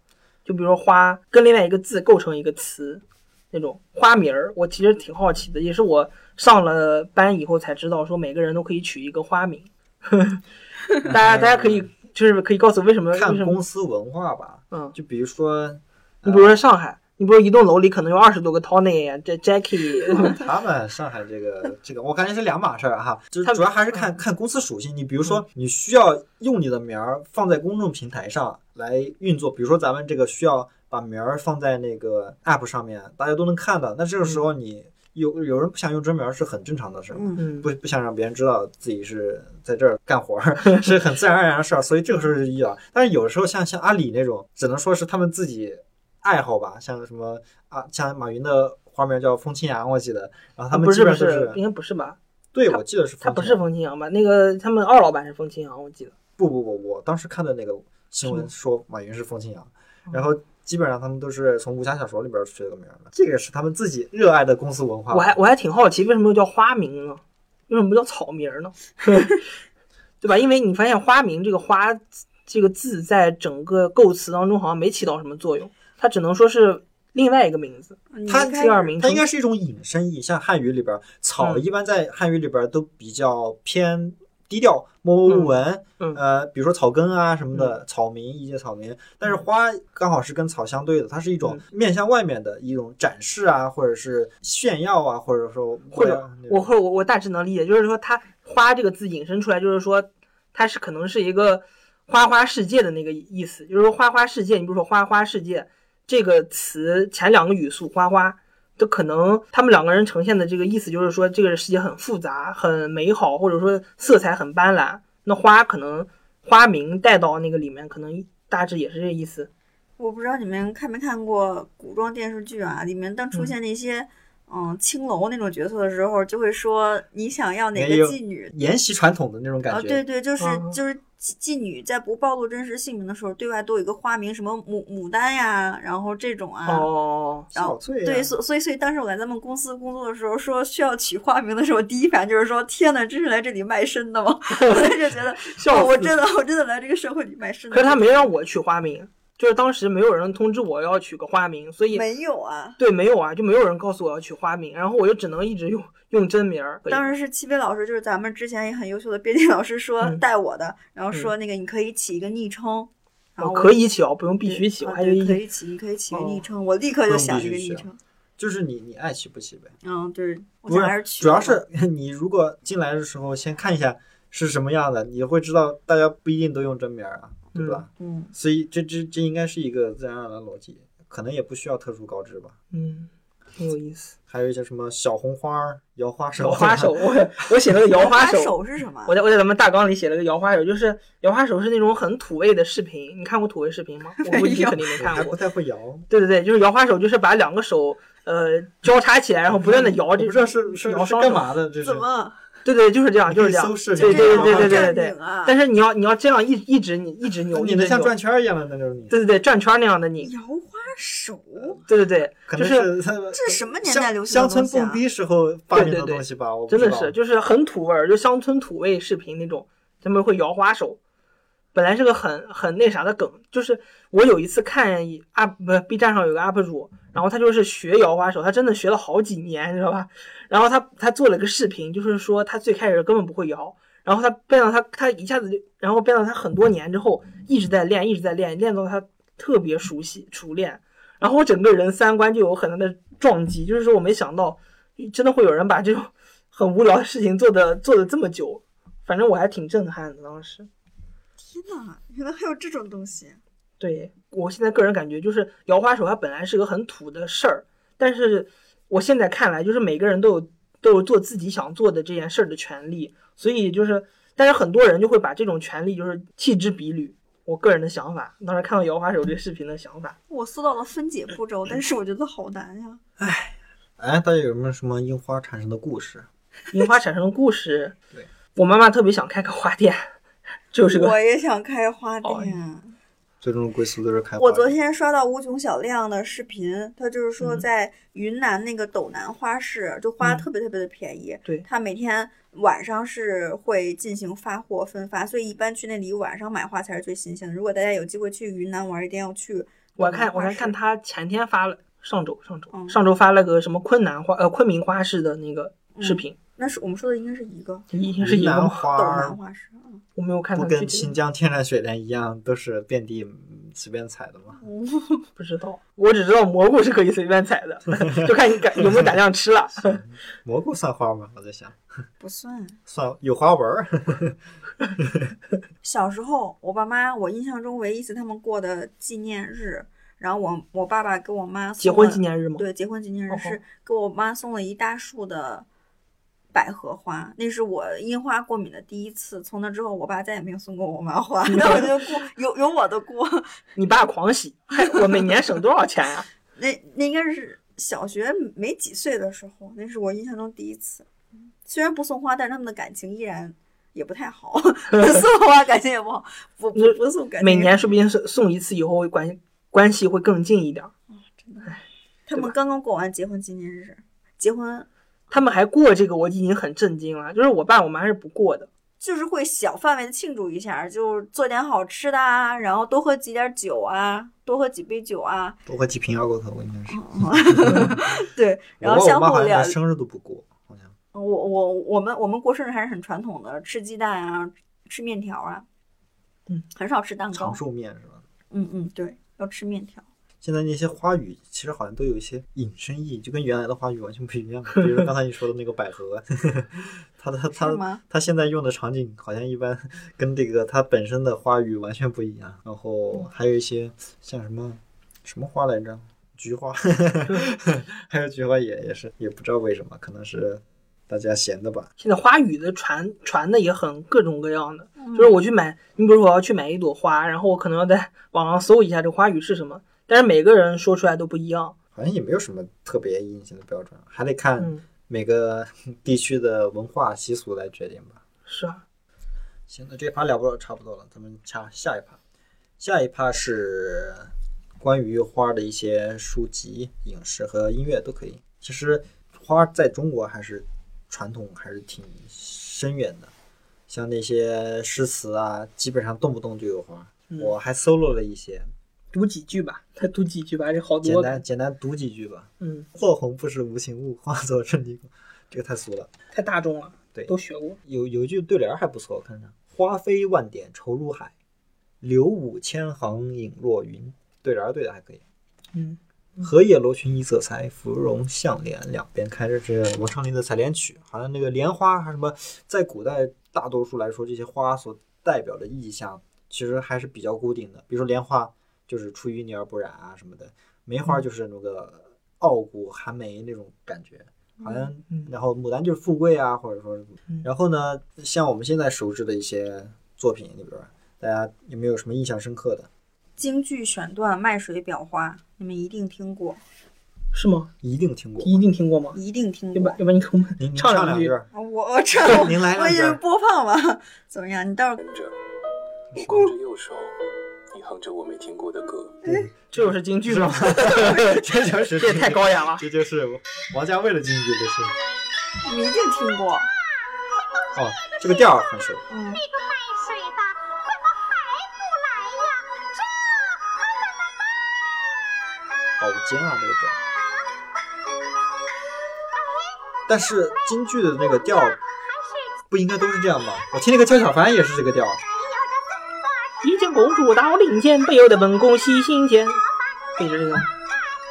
Speaker 3: 就比如说花跟另外一个字构成一个词，那种花名儿，我其实挺好奇的，也是我上了班以后才知道，说每个人都可以取一个花名。 大家大家可以呃就是可以告诉我为什么为
Speaker 1: 看
Speaker 3: 什么？
Speaker 1: 公司文化吧，
Speaker 3: 嗯，
Speaker 1: 就比如说
Speaker 3: 你比如说上海，你比如说一栋楼里可能有二十多个 Tony，这 Jackie，
Speaker 1: 他们上海这个这个，我感觉是两码事儿、啊哈，就
Speaker 3: 他
Speaker 1: 是
Speaker 3: 们嗯
Speaker 1: 主要还是看看公司属性。你比如说，你需要用你的名儿放在公众平台上来运作，比如说咱们这个需要把名儿放在那个 app 上面，大家都能看到。那这个
Speaker 3: 嗯
Speaker 1: 时候你有有人不想用真名儿是很正常的事儿。
Speaker 2: 嗯，
Speaker 3: 嗯，
Speaker 1: 不不想让别人知道自己是在这儿干活儿， 是很自然而然的事儿，所以这个时候就遇到。但是有的时候像像阿里那种，只能说是他们自己爱好吧，像什么啊，像马云的花名叫风清扬，我记得，然后他们
Speaker 3: 不
Speaker 1: 基
Speaker 3: 是不，
Speaker 1: 本上就是
Speaker 3: 应该不是吧？
Speaker 1: 对
Speaker 3: 他
Speaker 1: 我记得是
Speaker 3: 他
Speaker 1: 风
Speaker 3: 不
Speaker 1: 清
Speaker 3: 是
Speaker 1: 扬，
Speaker 3: 风清扬吧？那个他们二老板是风清扬，我记得。
Speaker 1: 不不不，我当时看的那个新
Speaker 3: 是
Speaker 1: 闻
Speaker 3: 吗
Speaker 1: 说马云是风清扬，
Speaker 3: 嗯
Speaker 1: 然后。基本上他们都是从武侠小说里边学这个名儿的，这个是他们自己热爱的公司文化。
Speaker 3: 我还我还挺好奇，为什么又叫花名呢？为什么不叫草名呢？ 对吧？因为你发现花名这个花这个字在整个构词当中好像没起到什么作用，它只能说是另外一个名字，
Speaker 2: 你
Speaker 1: 他
Speaker 2: 一开
Speaker 3: 嗯第二名
Speaker 1: 它应
Speaker 3: 称。
Speaker 1: 该是一种引申义，像汉语里边儿草
Speaker 3: 嗯
Speaker 1: 一般在汉语里边儿都比较偏低调，默默无闻。
Speaker 3: 嗯嗯
Speaker 1: 呃，比如说草根啊什么
Speaker 2: 嗯
Speaker 1: 的，草民一介草民。但是花刚好是跟草相对的，它是一
Speaker 2: 嗯
Speaker 1: 种面向外面的一种展示啊，或者是炫耀啊，或者说
Speaker 3: 或者
Speaker 1: 那
Speaker 3: 我
Speaker 1: 种
Speaker 3: 会我我大致能理解，就是说它“花”这个字引申出来，就是说它是可能是一个花花世界的那个意思，就是说花花世界，你比如说花花世界这个词前两个语素花花。都可能，他们两个人呈现的这个意思就是说，这个世界很复杂、很美好，或者说色彩很斑斓。那花可能花名带到那个里面，可能大致也是这意思。
Speaker 2: 我不知道你们看没看过古装电视剧啊？里面当出
Speaker 3: 嗯
Speaker 2: 现那些嗯青楼那种角色的时候，就会说你想要哪
Speaker 1: 没
Speaker 2: 个
Speaker 1: 有
Speaker 2: 妓女？
Speaker 1: 沿袭传统的那种感
Speaker 2: 啊，
Speaker 1: 觉。
Speaker 2: 对对，就是
Speaker 3: 嗯
Speaker 2: 就是妓妓女在不暴露真实姓名的时候，对外都有一个花名，什么牡牡丹呀，然后这种啊。
Speaker 3: 哦，
Speaker 2: 然后
Speaker 1: 小翠、啊、
Speaker 2: 对，所所以所以当时我来咱们公司工作的时候，说需要取花名的时候，第一反应就是说：“天哪，真是来这里卖身的吗？” 我当时就觉得，
Speaker 3: 笑
Speaker 2: 哦我
Speaker 3: 死！
Speaker 2: 真的我真的来这个社会里卖身的。
Speaker 3: 可是他没让我取花名，就是当时没有人通知我要取个花名，所以
Speaker 2: 没有啊，
Speaker 3: 对，没有啊，就没有人告诉我要取花名，然后我就只能一直用用真名儿。
Speaker 2: 当时是戚薇老师，就是咱们之前也很优秀的编辑老师说
Speaker 3: 嗯
Speaker 2: 带我的，然后说那个你可以起一个昵称，然啊
Speaker 3: 我
Speaker 2: 后我
Speaker 3: 可以起哦，不用必须起，
Speaker 2: 啊
Speaker 3: 我还有
Speaker 2: 对可
Speaker 3: 一
Speaker 2: 以起，你可以起个
Speaker 3: 哦
Speaker 2: 昵称，我立刻就
Speaker 1: 不用
Speaker 2: 想
Speaker 1: 必
Speaker 2: 这个
Speaker 1: 须
Speaker 2: 昵
Speaker 1: 起
Speaker 2: 称。
Speaker 1: 就是你你爱起不起呗。
Speaker 2: 嗯，对，我
Speaker 1: 不
Speaker 2: 想
Speaker 1: 是
Speaker 2: 还是去
Speaker 1: 主要
Speaker 2: 吧
Speaker 1: 是 你如果进来的时候先看一下是什么样的，你会知道大家不一定都用真名儿啊，对吧？
Speaker 2: 嗯，
Speaker 1: 所以这这这应该是一个自然而然的逻辑，可能也不需要特殊告知吧。
Speaker 3: 嗯，挺有意思。
Speaker 1: 还有一些什么小红花儿、摇花手、啊
Speaker 3: 摇花手，，我我写了个 摇花手，
Speaker 2: 是什么？
Speaker 3: 我在我在咱们大纲里写了个摇花手，就是摇花手是那种很土味的视频，你看过土味视频吗？我 估计你肯定没
Speaker 1: 我还
Speaker 3: 看
Speaker 1: 不
Speaker 3: 过。
Speaker 1: 太会摇，
Speaker 3: 对对对，就是摇花手，就是把 两个手呃交叉起来，然后不断的摇，
Speaker 1: 我
Speaker 3: 这
Speaker 1: 不知道是是
Speaker 3: 摇
Speaker 1: 是
Speaker 3: 双
Speaker 1: 干
Speaker 3: 手。
Speaker 1: 嘛的，这是
Speaker 2: 怎么？
Speaker 3: 对对，就是这样，就是这
Speaker 1: 可以搜
Speaker 3: 样
Speaker 1: 视，
Speaker 3: 对
Speaker 1: 频
Speaker 3: 对
Speaker 1: 嘛
Speaker 3: 对对对对
Speaker 2: 正
Speaker 3: 对
Speaker 2: 经。啊，
Speaker 3: 但是你要你要这样一一直你一直扭，
Speaker 1: 你
Speaker 3: 一直
Speaker 1: 的像
Speaker 3: 扭
Speaker 1: 转圈儿一样的，那就是你。
Speaker 3: 对对对转圈那样的你，
Speaker 2: 摇花手，
Speaker 3: 对对对，
Speaker 1: 可
Speaker 3: 就
Speaker 1: 能是
Speaker 3: 是
Speaker 1: 他
Speaker 2: 这是什么年代流
Speaker 1: 乡乡
Speaker 2: 行的
Speaker 1: 村
Speaker 2: 东西
Speaker 1: 蹦
Speaker 2: 啊？
Speaker 1: 迪时候发明
Speaker 3: 对
Speaker 1: 的
Speaker 3: 对对
Speaker 1: 东西吧？我不
Speaker 3: 真的
Speaker 1: 知道
Speaker 3: 是就是很土味儿，就乡村土味视频那种，他们会摇花手。本来是个很很那啥的梗，就是我有一次看一 up 不 B 站上有个 UP 主，然后他就是学摇花手，他真的学了好几年，你知道吧？然后他他做了个视频，就是说他最开始根本不会摇，然后他变到他他一下子就，然后变到他很多年之后一直在练，一直在练，练到他特别熟悉熟练，然后我整个人三观就有很大的撞击，就是说我没想到真的会有人把这种很无聊的事情做的做的这么久，反正我还挺震撼的当时。
Speaker 2: 天哪，原来还有这种东西！
Speaker 3: 对我现在个人感觉，就是摇花手它本来是个很土的事儿，但是我现在看来，就是每个人都有都有做自己想做的这件事儿的权利，所以就是，但是很多人就会把这种权利就是弃之比履。我个人的想法，当时看到摇花手这个视频的想法，
Speaker 2: 我搜到了分解步骤，但是我觉得好难呀。
Speaker 1: 哎，大家有没有什么樱花产生的故事？。
Speaker 3: 樱花产生的故事
Speaker 1: 对，
Speaker 3: 我妈妈特别想开个花店， 就是个
Speaker 2: 我也想开花
Speaker 3: 哦
Speaker 2: 店。
Speaker 1: 最终的归宿都是开花。
Speaker 2: 我昨天刷到无穷小亮的视频，他就是说
Speaker 3: 嗯
Speaker 2: 在云南那个斗南花市，就花
Speaker 3: 嗯
Speaker 2: 特别特别的便宜。
Speaker 3: 对
Speaker 2: 他每天晚上是会进行发货分发，所以一般去那里晚上买花才是最新鲜的。如果大家有机会去云南玩，一定要去。
Speaker 3: 我看我还看，他前天发了，上周上周、
Speaker 2: 嗯
Speaker 3: 上周发了个什么昆南花呃昆明花市的那个
Speaker 2: 嗯
Speaker 3: 视频，
Speaker 2: 那是我们说的应该是一个
Speaker 3: 已经是
Speaker 1: 云
Speaker 3: 一个
Speaker 1: 南
Speaker 3: 吗
Speaker 1: 花
Speaker 2: 斗南
Speaker 1: 儿
Speaker 2: 花市。 嗯
Speaker 3: 我没有看
Speaker 1: 不
Speaker 3: 到具
Speaker 1: 跟
Speaker 3: 体
Speaker 1: 新
Speaker 3: 的，
Speaker 1: 疆天山雪莲一样，都是遍地嗯随便采的吗？
Speaker 3: 不知道，我只知道蘑菇是可以随便采的， 就看你敢有没有胆量 吃了。
Speaker 1: 蘑菇算花吗？我在想，
Speaker 2: 不算。
Speaker 1: 算有花纹儿。
Speaker 2: 小时候，我爸妈，我印象中唯一一次他们过的纪念日，然后我我爸爸给我妈送
Speaker 3: 结婚
Speaker 2: 了
Speaker 3: 纪念日吗？
Speaker 2: 对，结婚纪念日
Speaker 3: 哦吼
Speaker 2: 是给我妈送了一大束的百合花，那是我樱花过敏的第一次。从那之后，我爸再也没有送过我妈 花，然后我就过有有我的过。
Speaker 3: 你爸狂喜，嗨我每年省多少钱啊呀、
Speaker 2: 那那应该是小学没几岁的时候，那是我印象中第一次。虽然不送花，但是他们的感情依然也不太 好，不送花感情也不好，不不不送感情
Speaker 3: 每
Speaker 2: 也
Speaker 3: 年说不定送送一次，以后会关关系会更近一点。
Speaker 2: 他
Speaker 3: 对
Speaker 2: 们
Speaker 3: 吧
Speaker 2: 刚刚过完结婚纪念日，结婚
Speaker 3: 他们还过这个，我已经很震惊了。就是我爸我妈是不过的，
Speaker 2: 就是会小范围的庆祝一下，就是做点好吃的啊，然后多喝几点酒啊，多喝几杯酒啊，
Speaker 1: 多喝几瓶二锅头，应该是。
Speaker 2: 对，然
Speaker 1: 我
Speaker 2: 后
Speaker 1: 爸我
Speaker 2: 相
Speaker 1: 妈
Speaker 2: 互
Speaker 1: 好像
Speaker 2: 聊
Speaker 1: 连。生日都不过，好像。
Speaker 2: 我我我们我们过生日还是很传统的，吃鸡蛋啊，吃面条啊，
Speaker 3: 嗯，
Speaker 2: 很少吃蛋糕
Speaker 1: 长。寿面是吧？
Speaker 2: 嗯嗯，对，要吃面条。
Speaker 1: 现在那些花语其实好像都有一些引申意义，就跟原来的花语完全不一样。比如说刚才你说的那个百合， 它它
Speaker 2: 是
Speaker 1: 它
Speaker 2: 吗？
Speaker 1: 它现在用的场景好像一般跟这个它本身的花语完全不一样。然
Speaker 2: 嗯
Speaker 1: 后还有一些像什么什么花来着，菊花， 还有菊花也也是也不知道为什么，可能是大家闲的吧。
Speaker 3: 现在花语的传传的也很各种各样的，
Speaker 2: 嗯
Speaker 3: 就是我去买，你比如说我要去买一朵花，然后我可能要在网上搜一下这花语是什么，但是每个人说出来都不一样。
Speaker 1: 好像也没有什么特别硬性的标准，还得看
Speaker 3: 嗯，
Speaker 1: 每个 地区的文化习俗来决定吧。
Speaker 3: 是啊，
Speaker 1: 行，那这一趴聊不了差不多了，咱们下下一趴。下一趴是关于花的一些书籍、影视和音乐都可以。其实花在中国还是传统还是挺深远的，像那些诗词啊，基本上动不动就有花。
Speaker 3: 嗯
Speaker 1: 我还搜罗了一些，
Speaker 3: 读几句吧，他读几句吧，这好
Speaker 1: 简
Speaker 3: 多。
Speaker 1: 单简单读几句吧。
Speaker 3: 嗯，
Speaker 1: 落红不是无情物，化作春泥空。这个太俗了。
Speaker 3: 太大众了，
Speaker 1: 对
Speaker 3: 都学过。
Speaker 1: 有有一句对联儿还不错，我看看：“花飞万点愁如海，柳舞千行影若云。”对联儿对的还可以。
Speaker 3: 嗯，
Speaker 1: 荷叶楼裙一色裁，芙蓉向脸两边开。这是王昌龄的《采莲曲》，好像那个莲花还是什么，在古代大多数来说，这些花所代表的意象其实还是比较固定的。比如说莲花就是出淤泥而不染啊什么的，梅花就是那个傲骨寒梅那种感觉，好像
Speaker 3: 嗯
Speaker 1: 然后牡丹就是富贵啊，或者说
Speaker 3: 嗯，
Speaker 1: 然后呢，像我们现在熟知的一些作品里边儿，大家有没有什么印象深刻的？
Speaker 2: 京剧选段《卖水表花》，你们一定听过。
Speaker 3: 是吗？
Speaker 1: 一定听过。
Speaker 3: 一定听过吗？
Speaker 2: 一定听
Speaker 3: 要不
Speaker 2: 过
Speaker 3: 然。要不然你给我们
Speaker 1: 您您
Speaker 3: 唱
Speaker 1: 唱
Speaker 3: 两
Speaker 1: 句
Speaker 3: 句，
Speaker 2: 啊我这我
Speaker 1: 您来
Speaker 2: 我
Speaker 1: 两
Speaker 2: 也
Speaker 1: 句。
Speaker 2: 播放吧，怎么样？你到时候
Speaker 4: 着，你光着右手，你哼着我没听过的歌。
Speaker 3: 这就是京剧吗？
Speaker 1: 这就是
Speaker 3: 这也太高 雅了。
Speaker 1: 这就是王家卫的京剧，这是
Speaker 2: 你们一定听过。
Speaker 1: 哦，这个调儿很熟。
Speaker 2: 嗯，
Speaker 5: 这个卖水的怎么还不来呀？
Speaker 1: 好尖啊，这个调儿。但是京剧的那个调儿不应该都是这样吗？我听那个焦小凡也是这个调儿。
Speaker 3: 一见公主到林间，不由得本宫喜心间。背着这个，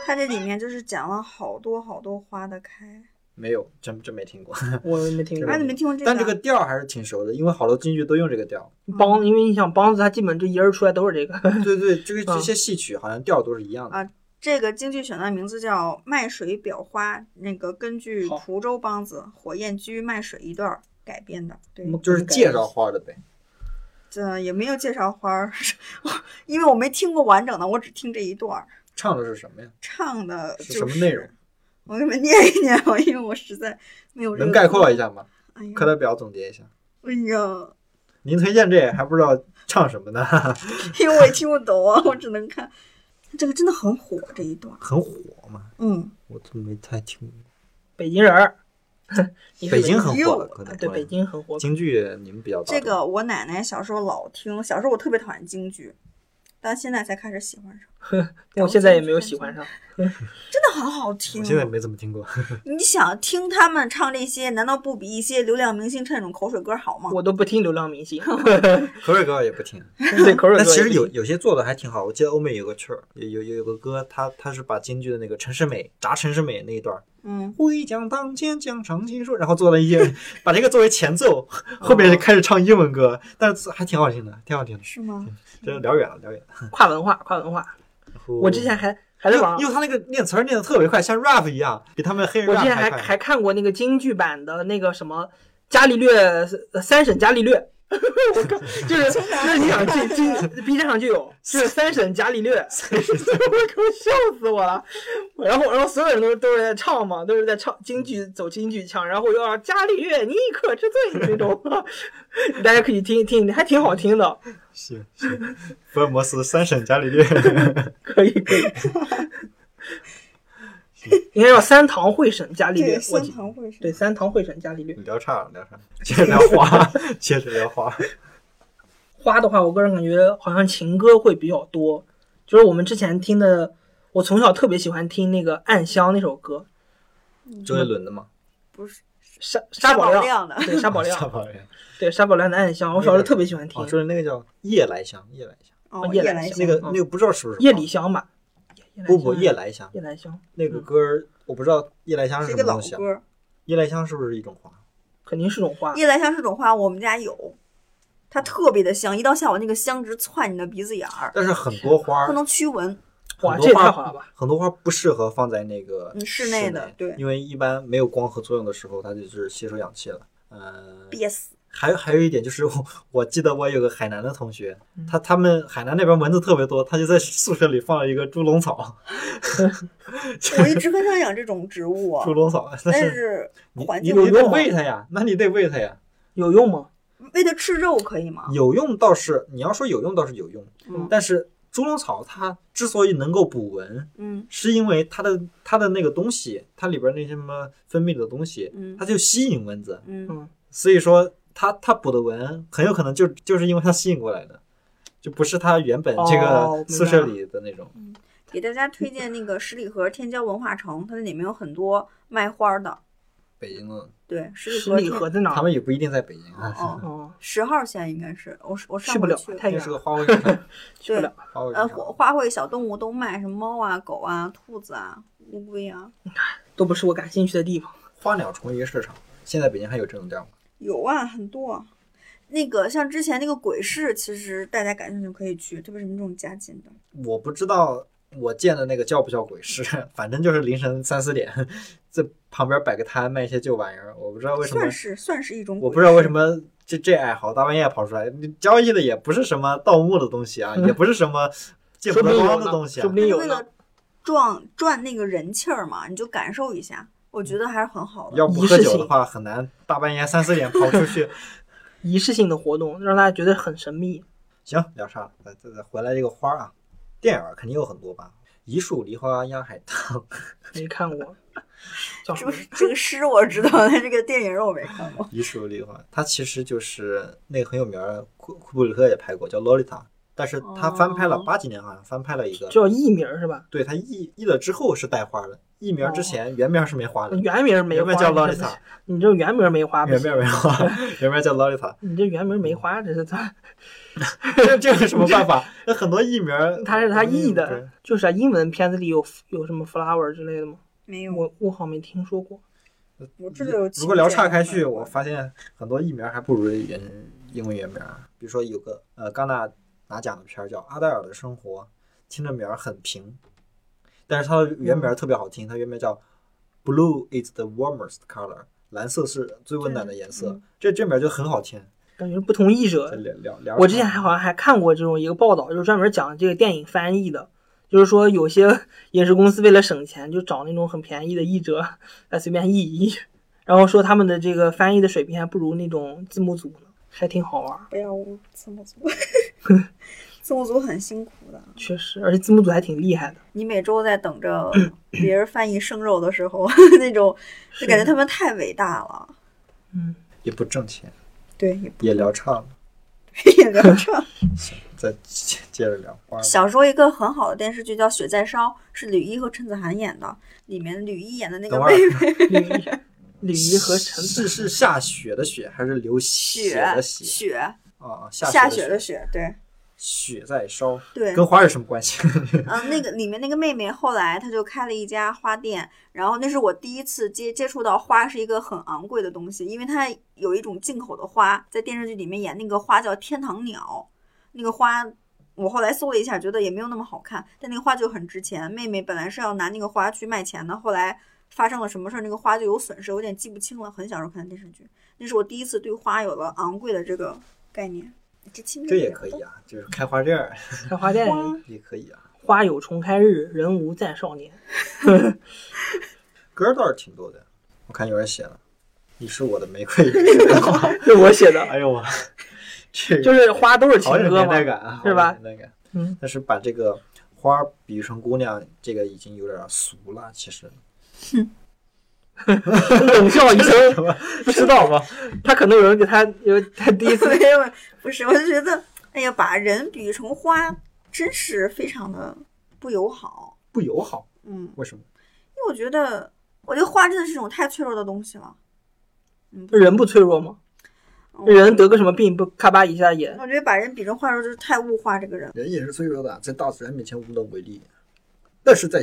Speaker 2: 它这里面就是讲了好多好多花的开，
Speaker 1: 没有，真真没听过。
Speaker 3: 我没听过
Speaker 2: 啊，。你没听过这个？
Speaker 1: 但这个调儿还是挺熟的，因为好多京剧都用这个调儿。
Speaker 3: 梆，因为你想梆子，它基本这一人出来都是这个。
Speaker 1: 对对，这个
Speaker 3: 嗯
Speaker 1: 这些戏曲好像调儿都是一样的。
Speaker 2: 啊这个京剧选的名字叫《卖水表花》，那个根据
Speaker 3: 好
Speaker 2: 蒲州梆子《火焰居卖水》一段儿改编的。对
Speaker 3: 我，们
Speaker 1: 就是介绍花儿的呗，
Speaker 2: 这也没有介绍花儿， 因为我没听过完整的，我只听这一段儿。
Speaker 1: 唱的是什么呀？
Speaker 2: 唱的
Speaker 1: 是
Speaker 2: 就是
Speaker 1: 什么内容？
Speaker 2: 我给你们念一念吧，因为我实在没有这个
Speaker 1: 能概括一下吗？
Speaker 2: 哎呀
Speaker 1: 课代表总结一下。
Speaker 2: 哎呀，
Speaker 1: 您推荐这还不知道唱什么呢，
Speaker 2: 因为我也听不懂啊，我只能看。这个真的很火这一段儿，
Speaker 1: 很火嘛？
Speaker 2: 嗯，
Speaker 1: 我怎么没太听过？
Speaker 3: 北京人儿， 你是啊
Speaker 1: 北京很火
Speaker 2: 又
Speaker 1: 的，可能
Speaker 3: 对北京很火，
Speaker 1: 京剧你们比较大
Speaker 2: 这个我奶奶小时候老听，小时候我特别讨厌京剧，但现在才开始喜欢上，
Speaker 3: 我现在也没有喜欢上。
Speaker 2: 真的很好听哦
Speaker 1: 我。现在没怎么听过。
Speaker 2: 你想听他们唱这些，难道不比一些流量明星唱这种口水歌好吗？
Speaker 3: 我都不听流量明 星，
Speaker 1: 口水歌也不听，
Speaker 3: 对口水歌。
Speaker 1: 但其实有有些做的还挺好。我记得欧美有个曲儿，有有有有个歌，他他是把京剧的那个陈世美炸陈世美那一段儿，
Speaker 2: 嗯，
Speaker 1: 挥将当前将长青树，然后做了一些， 把这个作为前
Speaker 3: 哦
Speaker 1: 奏，后面就开始唱英文歌，但是还挺好听的，挺好听的。
Speaker 2: 是吗？
Speaker 1: 这聊远了，聊远了。
Speaker 3: 跨文化，跨文化。我之前还还在网
Speaker 1: 因为因为他那个念词儿念的特别快，像 rap 一样，比他们黑人
Speaker 3: 我之
Speaker 1: rap
Speaker 3: 前还
Speaker 1: 快。
Speaker 3: 还看过那个京剧版的那个什么《伽利略》呃三省伽利略， 我靠，就是
Speaker 2: 啊
Speaker 3: 就是你想去京 B 站上就有，就是三省伽利略，我 靠，笑死我了。然后然后所有人都都是在唱嘛，都是在唱京剧走京剧腔，然后又要伽利略，你可知罪那种， 大家可以听一听，还挺好听的，
Speaker 1: 是是，福尔摩斯三省伽利略，
Speaker 3: 可以可 以。应该叫三堂会审伽利
Speaker 2: 对，
Speaker 3: 略，我
Speaker 2: 三
Speaker 3: 记
Speaker 2: 堂会审
Speaker 3: 对三堂会审伽利略。
Speaker 1: 聊岔了，聊岔了，接着聊花，接着聊花。
Speaker 3: 花的话，我个人感觉好像情歌会比较多，就是我们之前听的，我从小特别喜欢听那个《暗香》那首歌，
Speaker 1: 周杰伦的吗？
Speaker 2: 不是
Speaker 3: 沙沙宝亮，
Speaker 2: 亮的，
Speaker 3: 对 沙宝
Speaker 1: 沙
Speaker 3: 亮，
Speaker 1: 宝亮。
Speaker 3: 对沙宝亮的《暗香》，我小时候特别喜欢听
Speaker 1: 哦，，就是那个叫夜来香，夜来香，
Speaker 2: 哦，
Speaker 3: 夜
Speaker 2: 来
Speaker 3: 来
Speaker 2: 香
Speaker 1: 那个那个不知道是不是
Speaker 3: 夜里香吧，夜
Speaker 1: 不不夜
Speaker 3: 夜来香
Speaker 1: 来香
Speaker 3: 夜来香
Speaker 1: 那个歌儿，我不知道夜来香
Speaker 2: 是
Speaker 1: 是什
Speaker 2: 一个
Speaker 1: 么
Speaker 2: 老
Speaker 1: 东西啊。
Speaker 2: 歌儿。
Speaker 1: 夜来香是不是一种花？
Speaker 3: 肯定是种花，
Speaker 2: 夜来香是种花，我们家有，它特别的香，一到下午那个香直窜你的鼻子眼儿，
Speaker 1: 但是很多花
Speaker 2: 不，能驱蚊。
Speaker 3: 哇，
Speaker 1: 很
Speaker 3: 这
Speaker 1: 多
Speaker 3: 也
Speaker 1: 花
Speaker 3: 太好了吧！
Speaker 1: 很多花不适合放在那个
Speaker 2: 嗯室
Speaker 1: 内
Speaker 2: 内的对
Speaker 1: 因为一般没有光合作用的时候，它就是吸收氧气了。嗯，
Speaker 2: 憋死！
Speaker 1: 还有还有一点就是我，我记得我有个海南的同学，他他们海南那边蚊子特别多，他就在宿舍里放了一个猪笼草，
Speaker 2: 我一直很想养这种 植物啊
Speaker 1: 猪，笼草，但
Speaker 2: 但
Speaker 1: 是
Speaker 2: 是
Speaker 1: 你
Speaker 2: 环
Speaker 1: 你
Speaker 2: 境
Speaker 1: 你
Speaker 2: 不
Speaker 1: 得
Speaker 2: 好
Speaker 1: 喂它呀，那你得喂它呀。
Speaker 3: 有用吗？
Speaker 2: 喂它吃肉可以吗？
Speaker 1: 有用倒是你要说有用倒是有用，
Speaker 2: 啊嗯
Speaker 1: 但是猪笼草它之所以能够补蚊，
Speaker 2: 嗯
Speaker 1: 是因为它的它的那个东西，它里边那些什么分泌的东西，
Speaker 2: 嗯
Speaker 1: 它就吸引蚊子，
Speaker 2: 嗯，
Speaker 3: 嗯，
Speaker 1: 所以说它它补的蚊很有可能就就是因为它吸引过来的，就不是它原本这
Speaker 3: 哦
Speaker 1: 个
Speaker 3: 明白
Speaker 1: 宿舍里的那种。
Speaker 2: 给大家推荐那个十里河天骄文化城，它那里面有很多卖花儿的。
Speaker 1: 北京的
Speaker 2: 对，十里
Speaker 3: 十
Speaker 2: 河
Speaker 3: 里
Speaker 2: 天
Speaker 3: 河在哪
Speaker 1: 他
Speaker 3: 儿？
Speaker 1: 们也不一定在北京啊，
Speaker 2: 哦，
Speaker 3: 嗯哦，
Speaker 2: 十号线应该是我我上
Speaker 3: 去不
Speaker 2: 回
Speaker 3: 了
Speaker 2: 去，过
Speaker 3: 太
Speaker 1: 那
Speaker 3: 远
Speaker 1: 是个
Speaker 3: 了，
Speaker 1: 花卉市场，
Speaker 3: 去不了。
Speaker 1: 花卉
Speaker 2: 呃，
Speaker 1: 市
Speaker 2: 花
Speaker 1: 场。
Speaker 2: 花卉小动物都卖，什么猫啊、狗啊、兔子啊、乌龟啊，
Speaker 3: 都不是我感兴趣的地方。
Speaker 1: 花鸟虫鱼市场，现在北京还有这种店吗？
Speaker 2: 有啊，很多啊。那个像之前那个鬼市，其实大家感兴趣可以去，特别是你这种家近的。
Speaker 1: 我不知道我见的那个叫不叫鬼市， 反正就是凌晨三四点， 在旁边摆个摊卖一些旧玩意儿，我不知道为什么
Speaker 2: 算，是算是一种鬼市，
Speaker 1: 我不知道为什么这这爱好大半夜跑出来，你交易的也不是什么盗墓的东西啊，也不是什么借
Speaker 3: 说
Speaker 1: 不
Speaker 3: 不
Speaker 1: 得
Speaker 3: 定有
Speaker 1: 光的
Speaker 3: 呢
Speaker 1: 东西
Speaker 3: 说
Speaker 1: 啊
Speaker 3: 不。定有
Speaker 2: 为
Speaker 3: 呢
Speaker 2: 了。赚赚那个人气儿嘛，你就感受一下，我觉得还是很好的。
Speaker 1: 要不
Speaker 3: 仪
Speaker 1: 喝
Speaker 3: 式
Speaker 1: 酒的
Speaker 3: 性
Speaker 1: 话，很难大半夜三四点跑出去。
Speaker 3: 仪式性的活动，让大家觉得很神秘。
Speaker 1: 行，聊啥了？再再再回来这个花儿啊，电影儿肯定有很多吧，《一树梨花压海 棠》
Speaker 3: 没看过，叫什
Speaker 2: 这
Speaker 3: 么
Speaker 2: 个？这个诗我知道，但这个电影我没看过。
Speaker 1: 一树梨花，它其实就是那个很有名儿，库库布里克也拍过，叫《洛丽塔》，但是他翻拍了
Speaker 2: 哦
Speaker 1: 八几年好像翻拍了一个，
Speaker 3: 叫艺名儿是吧？
Speaker 1: 对他译译了之后是带花的，译名之前原名是没花的，
Speaker 3: 哦原名儿梅
Speaker 1: 原
Speaker 3: 花
Speaker 1: 名叫
Speaker 3: 你这
Speaker 1: Lolita，
Speaker 3: 你这原名儿梅花不
Speaker 1: 原
Speaker 3: 行
Speaker 1: 名嗯没花， 原名叫 Lolita，
Speaker 3: 你这原名儿梅花，这是 他，
Speaker 1: 这这有什么办 法？那很多译名
Speaker 3: 他是他译
Speaker 1: 嗯对
Speaker 3: 的，就是啊，英文片子里有有什么 flower 之类的吗？
Speaker 2: 没有，
Speaker 3: 我我好像没听说过。
Speaker 2: 我这里有
Speaker 1: 如果聊
Speaker 2: 情节嗯
Speaker 1: 岔开去，
Speaker 2: 的
Speaker 1: 我发现很多译名还不如原英文原名儿。比如说有个呃戛纳拿奖的片儿叫《阿黛尔的生活》，听着名儿很平，但是它的原名儿特别好听，它原名叫 “Blue is the warmest color”，蓝色是最温暖的颜色。这这名儿就很好听。
Speaker 3: 感觉不同译
Speaker 1: 再
Speaker 3: 者。
Speaker 1: 聊聊聊，
Speaker 3: 我之前还好像还看过这种一个报道，就是专门讲这个电影翻译的，就是说有些 影视公司为了省钱，就找那种很便宜的译者 来随便译一译，然后说他们的这个翻译的水平还不如那种字幕组呢，还挺好玩儿。
Speaker 2: 不要污字幕 组，字幕组很辛苦的。
Speaker 3: 确实，而且字幕组还挺厉害的。
Speaker 2: 你每周在 等着别人翻译生肉的时候， 那种就是感觉他们太伟大了。
Speaker 3: 嗯，
Speaker 1: 也不挣钱，
Speaker 2: 对， 也
Speaker 1: 也聊岔了，
Speaker 2: 也聊这。
Speaker 1: 再接接着聊花儿吧。
Speaker 2: 小时候一个很好的电视剧叫《雪在烧》，是吕一和陈子涵演的，里面吕一演的那个
Speaker 1: 等会
Speaker 2: 妹妹
Speaker 1: 儿，
Speaker 3: 鲤鱼鲤鱼和陈
Speaker 1: 是是下雪的雪还是流血的血
Speaker 2: 雪
Speaker 1: 啊？
Speaker 2: 下
Speaker 1: 雪
Speaker 2: 雪
Speaker 1: 的
Speaker 2: 的
Speaker 1: 雪，
Speaker 2: 雪，对
Speaker 1: 雪在烧。
Speaker 2: 对，
Speaker 1: 跟花有什么关系？
Speaker 2: 嗯，那个里面那个妹妹后来她就开了一家花店，然后那是我第一次接接触到花是一个很昂贵的东西，因为它有一种进口的花，在电视剧里面演那个花叫天堂鸟，那个花我后来搜了一下，觉得也没有那么好看，但那个花就很值钱。妹妹本来是要拿那个花去卖钱的，后来发生了什么事儿，那个花就有损失，有点记不清了。很小时候看的电视剧，那是我第一次对花有了昂贵的这个概念。这清
Speaker 1: 这也可以啊，就是开花店儿
Speaker 3: 开花店，
Speaker 1: 也可以啊，
Speaker 3: 花有重开日，人无再少年。
Speaker 1: 歌儿倒是挺多的。我看有人写了，你是我的玫 瑰，你是我的花。
Speaker 3: 这是我写的，
Speaker 1: 哎呦我，这个
Speaker 3: 就是花都是情
Speaker 1: 好有
Speaker 3: 歌
Speaker 1: 年
Speaker 3: 嘛
Speaker 1: 代，感啊，好
Speaker 3: 是
Speaker 1: 有
Speaker 3: 吧
Speaker 1: 年代感。
Speaker 3: 嗯，
Speaker 1: 但是把这个花儿比喻成姑娘，这个已经有点儿俗了，其实。
Speaker 3: 冷笑一声。
Speaker 1: 不知道吗？
Speaker 3: 他可能有人给他有他 第一次
Speaker 2: 没有，不是，我就觉得，哎呀，把人比喻成花，真是非常的不友好。
Speaker 1: 不友好，
Speaker 2: 嗯，因
Speaker 1: 为什么？
Speaker 2: 为我觉得，我觉得花真的是一种太脆弱的东西了。嗯，不是
Speaker 3: 人不脆弱吗？人，得个什么病不咔吧一下也
Speaker 2: 嗯我觉得把人比成花的时候，就是太物化这个人。
Speaker 1: 人也是脆弱的，在大自然面前无能为力。但是在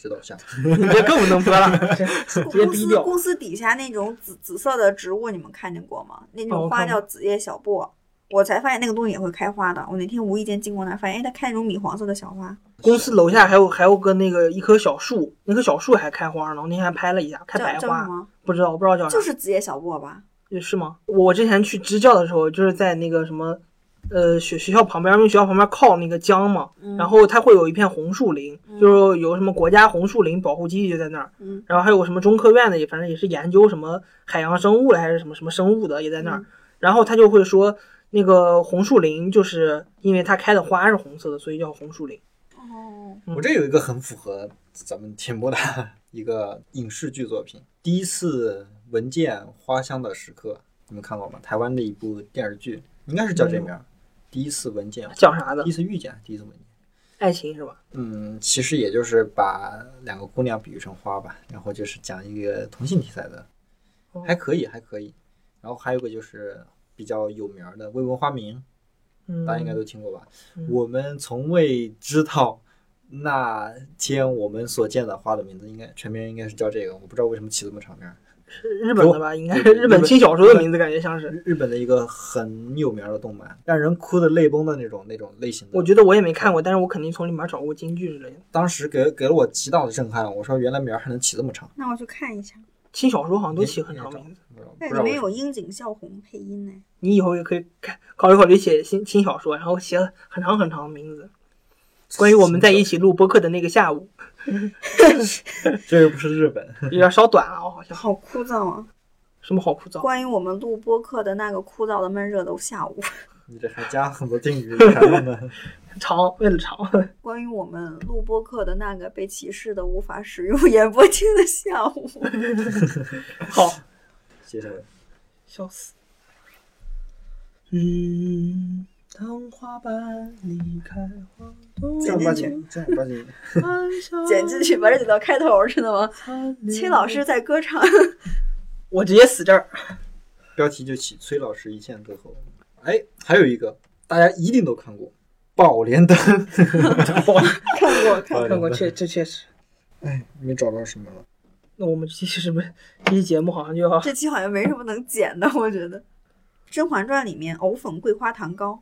Speaker 1: 指导下，
Speaker 3: 你这更不能播了， 直接
Speaker 2: 公
Speaker 3: 低
Speaker 2: 司
Speaker 3: 调。
Speaker 2: 公司底下那种紫紫色的植物，你们看见过吗？那
Speaker 3: 哦我
Speaker 2: 种
Speaker 3: 看
Speaker 2: 花
Speaker 3: 过
Speaker 2: 叫紫叶小檗。我才发现那个东西也会开花的。我那天无意间经过那儿，发现哎，它开那种米黄色的小花，
Speaker 3: 公司楼下还有还有个那个一棵小树，那棵小树还开花呢，我那天还拍了一下，开
Speaker 2: 叫
Speaker 3: 白
Speaker 2: 叫什
Speaker 3: 花，
Speaker 2: 么？
Speaker 3: 不知道不知道叫啥，
Speaker 2: 就是紫叶小檗吧？
Speaker 3: 是吗？我之前去支教的时候，就是在那个什么，呃，学学校旁边，因为学校旁边靠那个江嘛，
Speaker 2: 嗯
Speaker 3: 然后它会有一片红树林，
Speaker 2: 嗯
Speaker 3: 就是有什么国家红树林保护基地就在那儿，
Speaker 2: 嗯
Speaker 3: 然后还有什么中科院的，也反正也是研究什么海洋生物的还是什么什么生物的也在那儿，
Speaker 2: 嗯
Speaker 3: 然后他就会说。那个红树林，就是因为它开的花是红色的，所以叫红树林。
Speaker 2: 哦，
Speaker 1: 我这有一个很符合咱们题目的 一个影视剧作品，《第一次闻见花香的时刻》，你们看过吗？台湾的一部电视剧，应该是叫这名儿，第一次闻见》，
Speaker 3: 讲啥的
Speaker 1: 第一？次遇见，第一次闻见。
Speaker 3: 爱情是吧？
Speaker 1: 嗯，其实也就是把两个姑娘比喻成花吧，然后就是讲一个同性题材的，
Speaker 3: 哦
Speaker 1: 还可以，还可以。然后还有一个就是比较有名儿的《未闻花名》，
Speaker 3: 嗯，
Speaker 1: 大家应该都听过吧？
Speaker 3: 嗯
Speaker 1: 我们从未知道那天我们所见的花的名字，应该全名应该是叫这个。我不知道为什么起这么长名儿。
Speaker 3: 是日本的吧？应该是
Speaker 1: 对
Speaker 3: 日本轻小说的名字，感觉像是。
Speaker 1: 日日本的一个很有名儿的动漫，让人哭的泪崩的那种那种类型的。
Speaker 3: 我觉得我也没看过，但是我肯定从里面找过京剧之类的。
Speaker 1: 当时给给了我极大的震撼。我说原来名儿还能起这么长，
Speaker 2: 那我去看一下。
Speaker 3: 轻小说好像都起很长名字。
Speaker 1: 不知道不
Speaker 2: 那
Speaker 1: 知
Speaker 2: 里
Speaker 1: 道为
Speaker 2: 面
Speaker 1: 什
Speaker 2: 有
Speaker 1: 么。
Speaker 2: 樱井孝宏配音呢。
Speaker 3: 你以后也可以看考虑考虑写新轻小说，然后写很长很长的名字。关于我们在一起录播客的那个下 午，
Speaker 1: 这又不是日本，
Speaker 3: 有点稍短了，我好像
Speaker 2: 好枯燥啊！
Speaker 3: 什么好枯燥。
Speaker 2: 关于我们录播客的那个枯燥的闷热的下午，
Speaker 1: 你这还加了很多定语干啥 呢？
Speaker 3: 长，为了 长，
Speaker 2: 关于我们录播课的那个被歧视的无法使用演播厅的下午，
Speaker 3: 好，
Speaker 1: 接下来
Speaker 3: 笑死。嗯，当花瓣离开花朵，
Speaker 2: 剪
Speaker 1: 正儿八
Speaker 2: 进去，
Speaker 1: 经，正儿八经，
Speaker 2: 剪进去，把这剪到开头是的吗？崔老师，在歌唱，
Speaker 3: 我直接死这儿。
Speaker 1: 标题就起崔老师一线歌喉。哎，还有一个大家一定都看过《宝莲灯》，
Speaker 2: 看过看过，
Speaker 3: 看过，确这确实。
Speaker 1: 哎，没找着什么了。
Speaker 3: 那我们这期是不是 这期节目好像就要
Speaker 2: 这期好像没什么能剪的，我觉得。《甄嬛传》里面藕粉桂花糖糕，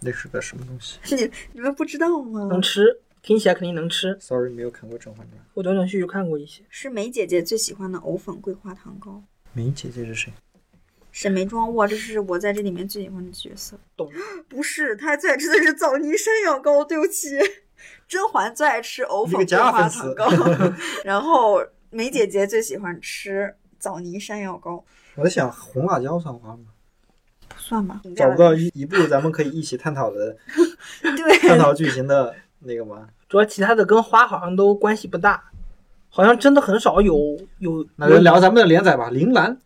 Speaker 1: 那是个什么东西
Speaker 2: 你你们不知道吗？
Speaker 3: 能吃？听起来肯定能吃。
Speaker 1: ？Sorry，没有看过《甄嬛传》。
Speaker 3: 我断断续续看过一些。
Speaker 2: 是梅姐姐最喜欢的藕粉桂花糖糕。
Speaker 1: 梅姐姐是谁？
Speaker 2: 沈眉庄，哇，这是我在这里面最喜欢的角色。
Speaker 3: 懂？
Speaker 2: 不是，他最爱吃的是枣泥山药糕。对不起，甄嬛最爱吃藕粉
Speaker 1: 你个
Speaker 2: 桂
Speaker 1: 假
Speaker 2: 花
Speaker 1: 粉
Speaker 2: 糖
Speaker 1: 丝
Speaker 2: 糕， 然后梅姐姐最喜欢吃枣泥山药糕，
Speaker 1: 我在想，红辣椒算花吗？
Speaker 2: 不算吧？评价
Speaker 1: 找
Speaker 2: 了
Speaker 1: 不到一一部咱们可以一起探讨的、 探
Speaker 2: 对，
Speaker 1: 讨剧情的那个吗？
Speaker 3: 主要其他的跟花好像都关系不大，好像真的很少有有
Speaker 1: 那就聊咱们的连载吧，《铃兰》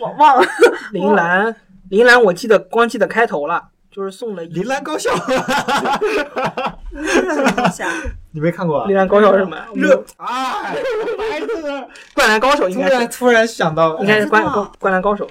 Speaker 2: 我忘了。
Speaker 3: 铃兰。铃兰，我记得光记得开头了，就是送了一
Speaker 1: 铃兰高校，
Speaker 2: 这个什么东西啊？
Speaker 1: 你没看过啊
Speaker 3: 铃？兰高校是什么？
Speaker 1: 热哎，孩子，
Speaker 3: 灌篮高手应
Speaker 1: 突
Speaker 3: 该是
Speaker 1: 然突然想到哎
Speaker 3: 应该是灌
Speaker 2: 哦我知道
Speaker 3: 灌灌篮高手，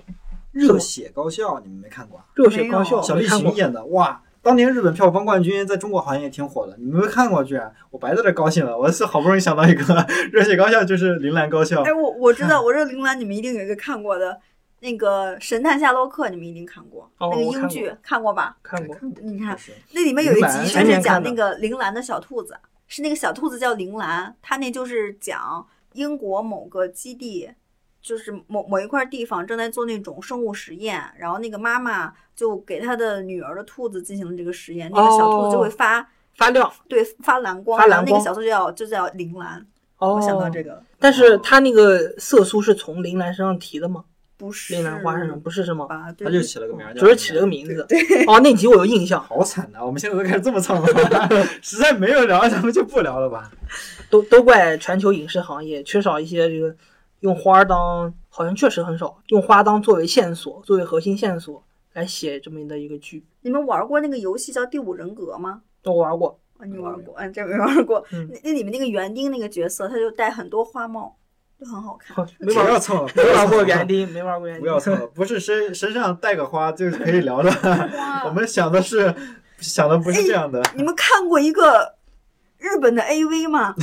Speaker 1: 热血高校，你们没看过啊？
Speaker 3: 热血高
Speaker 2: 没
Speaker 3: 校
Speaker 2: 有
Speaker 1: 小
Speaker 3: 没
Speaker 1: 栗
Speaker 3: 哦看
Speaker 1: 旬
Speaker 3: 过。
Speaker 1: 演的，哇！当年日本票房冠军，在中国好像也挺火的，你们没看过居然？我白在这高兴了，我是好不容易想到一个热血高校，就是铃兰高校
Speaker 2: 哎，，我我知道，我这个铃兰你们一定有一个看过的，那个《神探夏洛克》，你们一定看过，
Speaker 3: 哦
Speaker 2: 那个
Speaker 3: 我看
Speaker 2: 英
Speaker 3: 过
Speaker 2: 剧看过吧？
Speaker 3: 看过，
Speaker 2: 你看
Speaker 1: 就，是
Speaker 2: 那里面有一
Speaker 1: 铃兰
Speaker 2: 集就
Speaker 1: 前
Speaker 2: 是
Speaker 3: 年
Speaker 2: 讲
Speaker 3: 看
Speaker 2: 那
Speaker 3: 的
Speaker 2: 个铃兰的小兔子，是那个小兔子叫铃兰，它那就是讲英国某个基地，就是某某一块地方正在做那种生物实验，然后那个妈妈就给她的女儿的兔子进行了这个实验，那个小兔子就会
Speaker 3: 哦
Speaker 2: 发、
Speaker 3: 发亮
Speaker 2: 对发蓝光，
Speaker 3: 发
Speaker 2: 然后
Speaker 3: 蓝
Speaker 2: 那个
Speaker 3: 光
Speaker 2: 小兔就叫就叫铃兰，
Speaker 3: 哦，
Speaker 2: 我想到这，个
Speaker 3: 但是他那个色素是从铃兰身上提的吗？
Speaker 2: 不是
Speaker 3: 铃兰花身上不是是吗？
Speaker 2: 吧？对嗯
Speaker 1: 他就起了个名儿叫，
Speaker 3: 只是起了个名字。哦，那集我有印象，
Speaker 1: 好惨呐、我们现在都开始这么蹭了， 实在没有聊，咱们就不聊了吧。
Speaker 3: 都都怪全球影视行业缺少一些这个用花儿当，好像确实很少用花当作为线索，作为核心线索来写这么的一个剧。
Speaker 2: 你们玩过那个游戏叫《第五人格》吗？
Speaker 3: 都玩过，
Speaker 2: 啊，你
Speaker 1: 没
Speaker 2: 玩
Speaker 1: 玩
Speaker 2: 过？嗯，这没玩过。
Speaker 3: 嗯
Speaker 2: 那那里面那个园丁那个角色，他就戴很多花帽，就很好看。
Speaker 3: 没
Speaker 1: 不
Speaker 3: 玩
Speaker 1: 要
Speaker 3: 过，
Speaker 1: 蹭了，不
Speaker 3: 没玩过园
Speaker 1: 园丁，
Speaker 3: 丁，没玩过园
Speaker 1: 不要
Speaker 3: 丁。
Speaker 1: 蹭了，不是身身上带个花就可以聊的，我们想的是想的不是这样
Speaker 3: 哎
Speaker 1: 的，
Speaker 2: 你们看过一个日本的 AV 吗？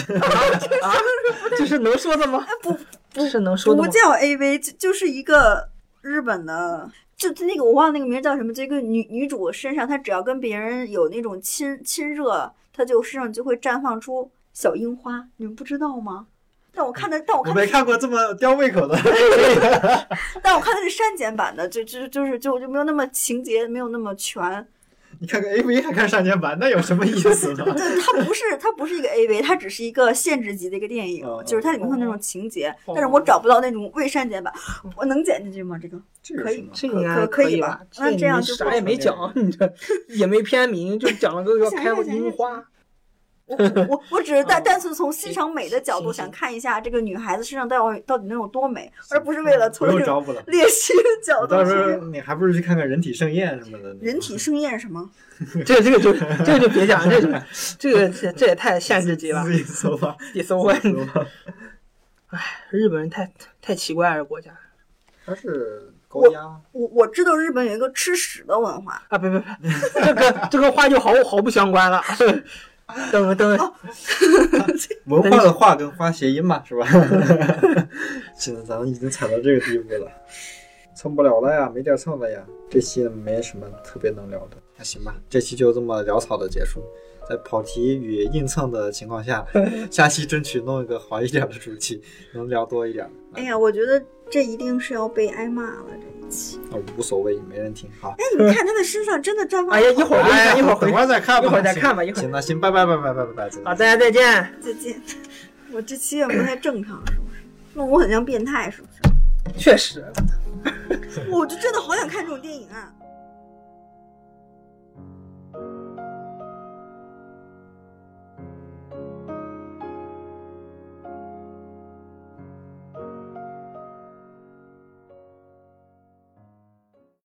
Speaker 3: 这是能说的吗？不， 是能说的
Speaker 2: 哎不
Speaker 3: 吗？
Speaker 2: 叫 AV，就就是一个日本的，就就那个我忘了那个名儿叫什么，就一个女女主身上，她只要跟别人有那种亲亲热，她就身上就会绽放出小樱花，你们不知道吗？但我看的，但我
Speaker 1: 我
Speaker 2: 看
Speaker 1: 没
Speaker 2: 的，
Speaker 1: 看过这么吊胃口 的。
Speaker 2: 但我看的是删减版的，就就就是就就没有那么情节，没有那么全。
Speaker 1: 你看看 AV 还看删减版，那有什么意思呢？
Speaker 2: 对，它不是它不是一个 AV，它只是一个限制级的一个电影，
Speaker 1: 嗯嗯
Speaker 2: 就是它里面会有那种情节，
Speaker 3: 哦嗯
Speaker 2: 但是我找不到那种未删减版，我能剪进去吗？这 个
Speaker 1: 这有
Speaker 2: 可以
Speaker 1: 什么？
Speaker 3: 这个应
Speaker 2: 可
Speaker 3: 该
Speaker 2: 可以
Speaker 3: 以
Speaker 2: 吧
Speaker 3: 吧？
Speaker 2: 那
Speaker 3: 也
Speaker 2: 这样
Speaker 3: 没
Speaker 2: 就
Speaker 3: 啥也没讲，你这也没片名，就讲了个要
Speaker 2: 想一
Speaker 3: 开
Speaker 2: 下想一
Speaker 3: 樱
Speaker 2: 下
Speaker 3: 花。
Speaker 2: 我我我只是单
Speaker 3: 嗯
Speaker 2: 单纯从欣赏美的角度
Speaker 3: 行行
Speaker 2: 想看一下这个女孩子身上到底到底能有多美，而不是为
Speaker 3: 嗯
Speaker 2: 了从
Speaker 1: 不用
Speaker 2: 这
Speaker 1: 找
Speaker 2: 种
Speaker 1: 补了，
Speaker 2: 猎奇的角
Speaker 1: 我
Speaker 2: 度
Speaker 1: 到时
Speaker 2: 去
Speaker 1: 候你还不如去看看人体盛宴什么的。
Speaker 2: 人体盛宴什么？
Speaker 3: 这个这个就这个就别讲，这个这个这这也太限制级了
Speaker 1: 自，己搜 吧，
Speaker 3: 得搜
Speaker 1: 自
Speaker 3: 问
Speaker 1: 己搜吧。
Speaker 3: 日本人太太奇怪了，国家
Speaker 1: 它是高压，
Speaker 2: 我我知道日本有一个吃屎的文化，
Speaker 3: 啊，别别别， 这个这个话就毫毫不相关了。 等等，
Speaker 1: 哦文化的化跟花谐音嘛，是吧？ 现在咱们已经踩到这个地步了，蹭不了了呀，没地儿蹭了呀。这期没什么特别能聊的，那行吧，这期就这么潦草的结束。在跑题与硬蹭的情 况下，下期争取弄一个好一点的主题，能聊多一点。
Speaker 2: 哎呀，我觉得这一定是要被挨骂了这一期。
Speaker 1: 啊，无所谓，没人听啊。
Speaker 2: 哎， 你看他的身上真的绽放。
Speaker 3: 哎呀，一会儿回去看，一会儿
Speaker 1: 等
Speaker 3: 回
Speaker 1: 会儿再看吧，
Speaker 3: 一会儿再看吧一会儿
Speaker 1: 行那行，拜拜拜拜拜拜拜拜。
Speaker 3: 好，大家再见。
Speaker 2: 再见。 我这期也不太正常，是不是？弄我很像变态，是不是？
Speaker 3: 确实，
Speaker 2: 我就真的好想看这种电影啊！